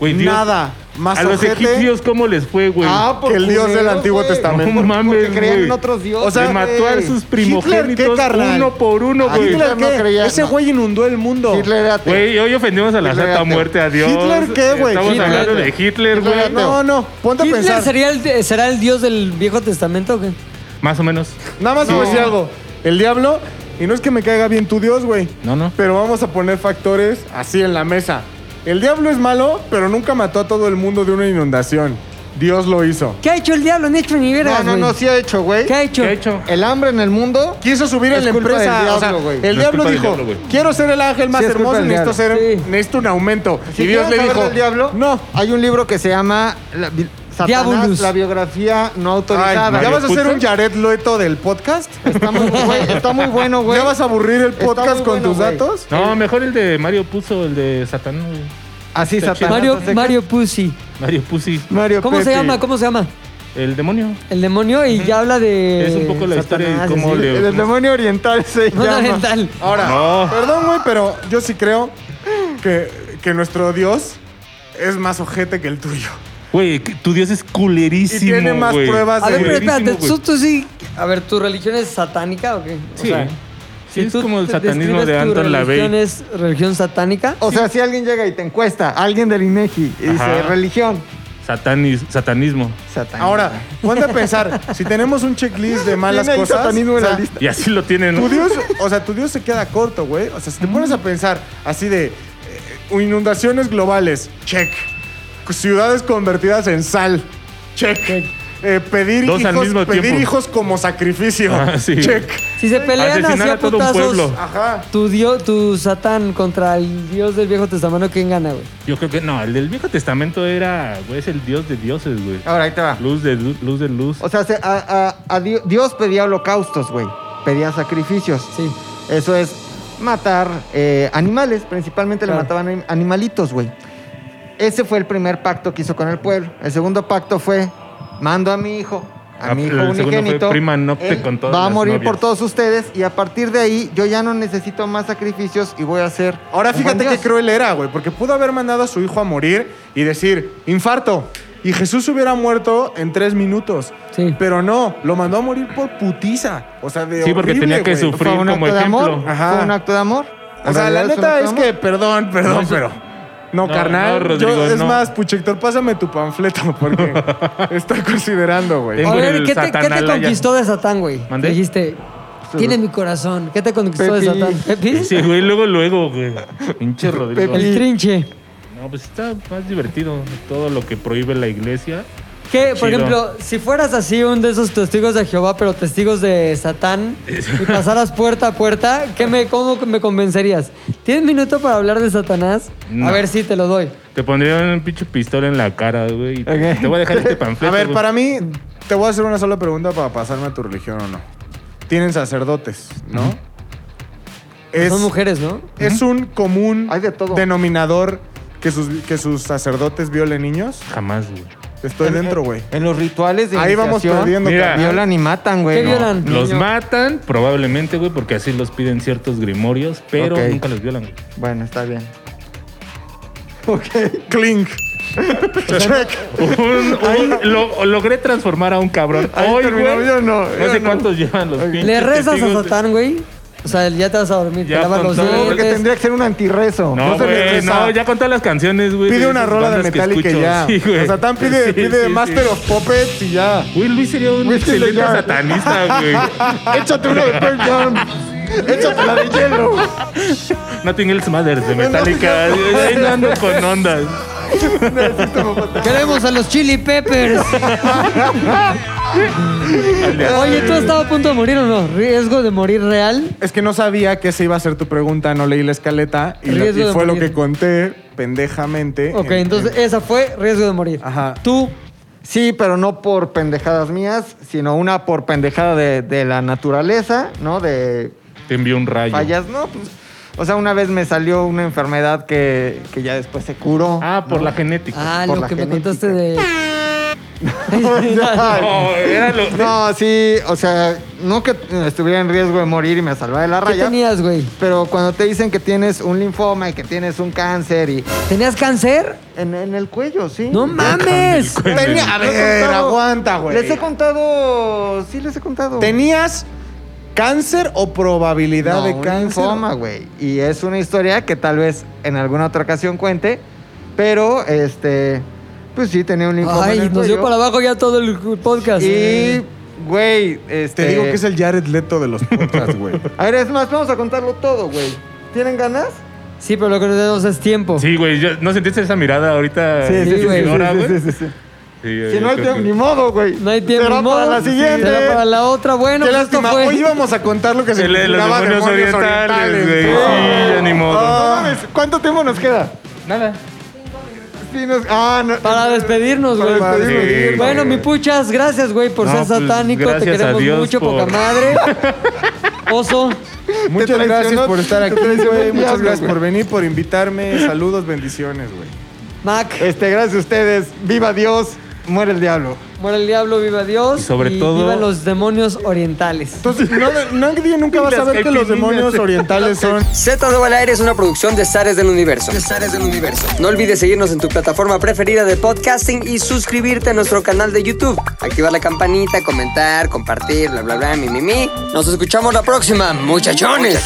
Güey, Dios-
nada más
A los
ojete.
egipcios, ¿cómo les fue, güey?
Ah, por
Que el Dios
culero,
del Antiguo
güey.
Testamento.
No mames,
Porque creían
Pues, güey.
en otros dioses.
O sea, mató a
güey.
sus
Hitler, ¿qué,
primogénitos
carnal?
uno por uno,
Ah,
güey.
Hitler-
¿Hitler
no
qué?
creía,
Ese
no.
güey inundó el mundo.
Hitler era ateo.
Güey, hoy ofendimos a la
Hitler
Santa
ateo.
Muerte a Dios.
¿Hitler qué, güey?
Estamos
Hitler.
hablando de Hitler,
Hitler
güey.
ateo.
no, no, ponte a
¿Hitler
pensar.
sería el, será el Dios del Viejo Testamento o qué?
Más o menos.
Nada más te voy a decir algo. El diablo, y no es que me caiga bien tu Dios, güey.
No, no.
Pero vamos a poner factores así en la mesa. El diablo es malo, pero nunca mató a todo el mundo de una inundación. Dios lo hizo.
¿Qué ha hecho el diablo? No ha hecho ni verga,
No, no, no, sí ha hecho, güey.
¿Qué ha hecho?
¿Qué ha hecho?
El hambre en el mundo.
Quiso subir
Es
en la
culpa
empresa.
del
o sea,
diablo, güey.
el
No es
diablo
culpa del
dijo:
diablo, güey.
Quiero ser el ángel más
Sí, es culpa
hermoso y
del
necesito,
diablo.
ser,
Sí.
necesito un aumento.
Si
y Dios le
quieren saber
dijo:
del diablo,
No.
Hay un libro que se llama la, bi- Satanás,
Diabolus.
la biografía no
Ay,
autorizada.
¿Ya vas a
¿Puto?
ser un Jared Loeto del podcast?
Está muy, güey, está muy bueno, güey.
¿Ya vas a aburrir el
Está
podcast
muy
con
bueno,
tus
güey.
datos?
No, mejor el de Mario Puso, el de Satán, güey.
Ah,
Así,
Está
Satanás.
Mario,
no sé qué.
Mario Pussy.
Mario Pusi.
Mario
¿Cómo se
Pepe.
llama? ¿Cómo se llama?
El demonio.
El demonio y ya habla de...
Es un poco la historia de cómo
sí,
le.
El demonio oriental se
No, no,
llama.
tal.
Ahora,
No.
perdón, güey, pero yo sí creo que, que nuestro Dios es más ojete que el tuyo.
Güey, que tu Dios es culerísimo.
Y tiene más
güey.
pruebas
A ver, pero
Culerísimo,
espérate,
güey.
tú, tú sí... A ver, ¿tu religión es satánica o qué? O
Sí.
sea,
Sí,
si
es
tú
como el
te
satanismo
describes
de
tu
Anton
religión
LaVey.
es religión satánica?
O sea, si alguien llega y te encuesta, alguien del INEGI, y
Ajá.
dice religión,
Satanis- satanismo.
Satanás.
Ahora, ponte a pensar, si tenemos un checklist de malas
Tiene ahí
cosas,
satanismo en la lista.
Y así lo tienen.
tu Dios, o sea, tu Dios se queda corto, güey. O sea, si te pones
Mm.
a pensar así de eh, inundaciones globales, check. Ciudades convertidas en sal, check. Eh, pedir
Dos al
hijos,
mismo
pedir
tiempo.
hijos como sacrificio,
Ah, sí.
check.
si se pelean
Asesinar
así
a
a
todo un
putazos,
pueblo.
Ajá.
tu, dio, tu satán contra el dios del Viejo Testamento, ¿quién gana, güey?
Yo creo que no, el del Viejo Testamento era, güey, es el Dios de dioses, güey.
Ah.
Ahora, ahí te va.
Luz de lu- luz de luz.
O sea, se- a- a- a Dios, Dios pedía holocaustos, güey. Pedía sacrificios.
Sí.
Eso es matar eh, animales. Principalmente le mataban anim- animalitos, güey. Ese fue el primer pacto que hizo con el pueblo. El segundo pacto fue, mando a mi hijo, a
Ah,
mi hijo
el segundo fue,
unigénito.
"Prima, no te
él
con todas
va a
las
morir
novias".
por todos ustedes y a partir de ahí yo ya no necesito más sacrificios y voy a ser...
Ahora
un buen
fíjate qué
Dios.
cruel era, güey, porque pudo haber mandado a su hijo a morir y decir, infarto. Y Jesús hubiera muerto en tres minutos.
Sí.
Pero no, lo mandó a morir por putiza. O sea, de
Sí, porque
horrible,
tenía que
güey.
sufrir.
Fue un
como
acto de amor.
ejemplo.
Ajá.
Fue un acto de
O
amor.
sea, la
En realidad
neta
un
es
acto de
que, perdón, perdón, pero No,
No,
carnal.
no, Rodrigo,
yo, es
no.
más, Puchector, pásame tu panfleto porque estoy considerando, güey.
Tengo
A ver,
el
¿qué te, qué te
Satanalaya.
conquistó de Satán, güey?
¿Mandé?
Dijiste, tiene mi corazón. ¿Qué te conquistó de
Pepi.
Satán? ¿Pepi?
Sí, güey, luego, luego, güey. Pinche Rodrigo.
El trinche.
No, pues está más divertido. Todo lo que prohíbe la iglesia.
Que, por
Chido.
ejemplo, si fueras así un de esos testigos de Jehová, pero testigos de Satán, y pasaras puerta a puerta, ¿qué me, ¿cómo me convencerías? ¿Tienes minuto para hablar de Satanás?
No.
A ver si te lo doy.
Te pondrían un pinche pistola en la cara, güey. y te-
Ok.
Te voy a dejar este panfleto.
A ver,
güey.
para mí, te voy a hacer una sola pregunta para pasarme a tu religión o no. Tienen sacerdotes, ¿no? Es,
Son mujeres, ¿no?
es un común
Hay de todo.
denominador que sus, que sus sacerdotes violen niños.
Jamás, güey.
Estoy dentro, güey.
En los rituales de
Ahí vamos
iniciación,
perdiendo.
Mira.
carnal.
Violan y matan, güey.
¿Qué violan?
Los
Niño.
matan, probablemente, güey, porque así los piden ciertos grimorios, pero
Ok.
nunca los violan. güey.
Bueno, está bien.
Clink.
Pues
Check.
Un- un- lo- logré transformar a un cabrón.
Ahí
Hoy,
terminó,
güey.
yo no,
no
yo
sé
no.
cuántos llevan los pinches.
¿Le rezas a
testigos de-
Satán, güey? O sea, ya te vas a dormir,
Ya
te lavas
con
los
todo,
dientes.
Porque tendría que ser un antirrezo.
No,
No se les
güey,
reza.
no, ya con todas las canciones, güey.
Pide
de
una
esas
rola de
bandas que
Metallica y
escucho.
ya.
Sí, güey.
o sea, tan pide,
Sí,
pide
sí,
Master
sí.
of Puppets y ya.
Güey, Luis sería un
Luis
excelente
Villar.
satanista, güey.
Échate una de Pearl Jam. Échate la de hielo.
Nothing else matters de Metallica. Ahí no ando con ondas.
Queremos a los Chili Peppers. Oye, ¿tú has estado a punto de morir o no? ¿Riesgo de morir real?
Es que no sabía que esa iba a ser tu pregunta, no leí la escaleta y, la-
Riesgo
y
de
fue lo
morir.
que conté pendejamente.
Ok,
en-
entonces
en-
esa fue riesgo de morir.
Ajá.
Tú,
Sí, pero no por pendejadas mías, sino una por pendejada de, de la naturaleza, ¿no? De
Te envió un rayo.
fallas, ¿no? Pues, o sea, una vez me salió una enfermedad que, que ya después se curó.
Ah, por la genética.
ah,
por
lo
la
que me
genética.
contaste de...
No, era lo.
Ah. No, sí, o sea, no que estuviera en riesgo de morir y me salvaba de la
¿Qué
raya.
tenías, güey?
Pero cuando te dicen que tienes un linfoma y que tienes un cáncer y
¿Tenías cáncer?
en, en el cuello, sí.
¡No mames!
Tenía- a
Les he
ver,
contado-
aguanta, güey.
Les he contado, sí les he contado.
¿Tenías cáncer o probabilidad
No,
de
un
cáncer?
linfoma, güey. Y es una historia que tal vez en alguna otra ocasión cuente, pero este, pues sí tenía un linfoma. en
Ay,
el
nos dio
cuello.
para abajo ya todo el podcast.
Y güey, este.
Te digo que es el Jared Leto de los podcasts, güey.
A ver, es más, vamos a contarlo todo, güey. ¿Tienen ganas?
Sí, pero lo que nos damos es tiempo.
Sí, güey, yo- ¿no sentiste esa mirada ahorita?
sí, sí, sí,
inquisidora, güey?
sí, sí.
Sí, yo
Si no hay
creo
tiempo,
que-
ni modo, güey.
No hay tiempo.
Será
ni modo.
para la siguiente.
Será para la otra. Bueno,
Qué
pues esto
lástima.
fue...
Hoy íbamos a contar lo que se
El de los
llamaba
demonios orientales, güey. Sí, ya ni
Ah.
modo.
No mames, ¿Cuánto tiempo nos queda?
Nada.
Sí, nos- ah, no.
Para despedirnos,
Para
güey.
despedirnos,
Sí, güey.
bueno, mi puchas, gracias, güey, por
No,
ser
pues,
satánico. Te
gracias a
queremos
Dios
mucho,
por-
poca madre. Oso,
Muchas
traicionó-
gracias por estar
te
aquí,
traicionó el
güey. Muchas
diablo,
gracias
güey.
por venir, por invitarme. Saludos, bendiciones, güey.
Eh.
Mac,
Este, gracias a ustedes. Viva Dios, muere el diablo.
muera el diablo, viva Dios.
Y sobre todo-
Vivan los demonios orientales.
Entonces, no, nadie nunca va a
Las
saber que los
caipirinhas.
demonios orientales son
Z2 al aire es una producción de Zares del Universo. del Universo. No olvides seguirnos en tu plataforma preferida de podcasting y suscribirte a nuestro canal de YouTube. Activar la campanita, comentar, compartir, bla, bla, bla, mi, mi, mi. Nos escuchamos la próxima, muchachones.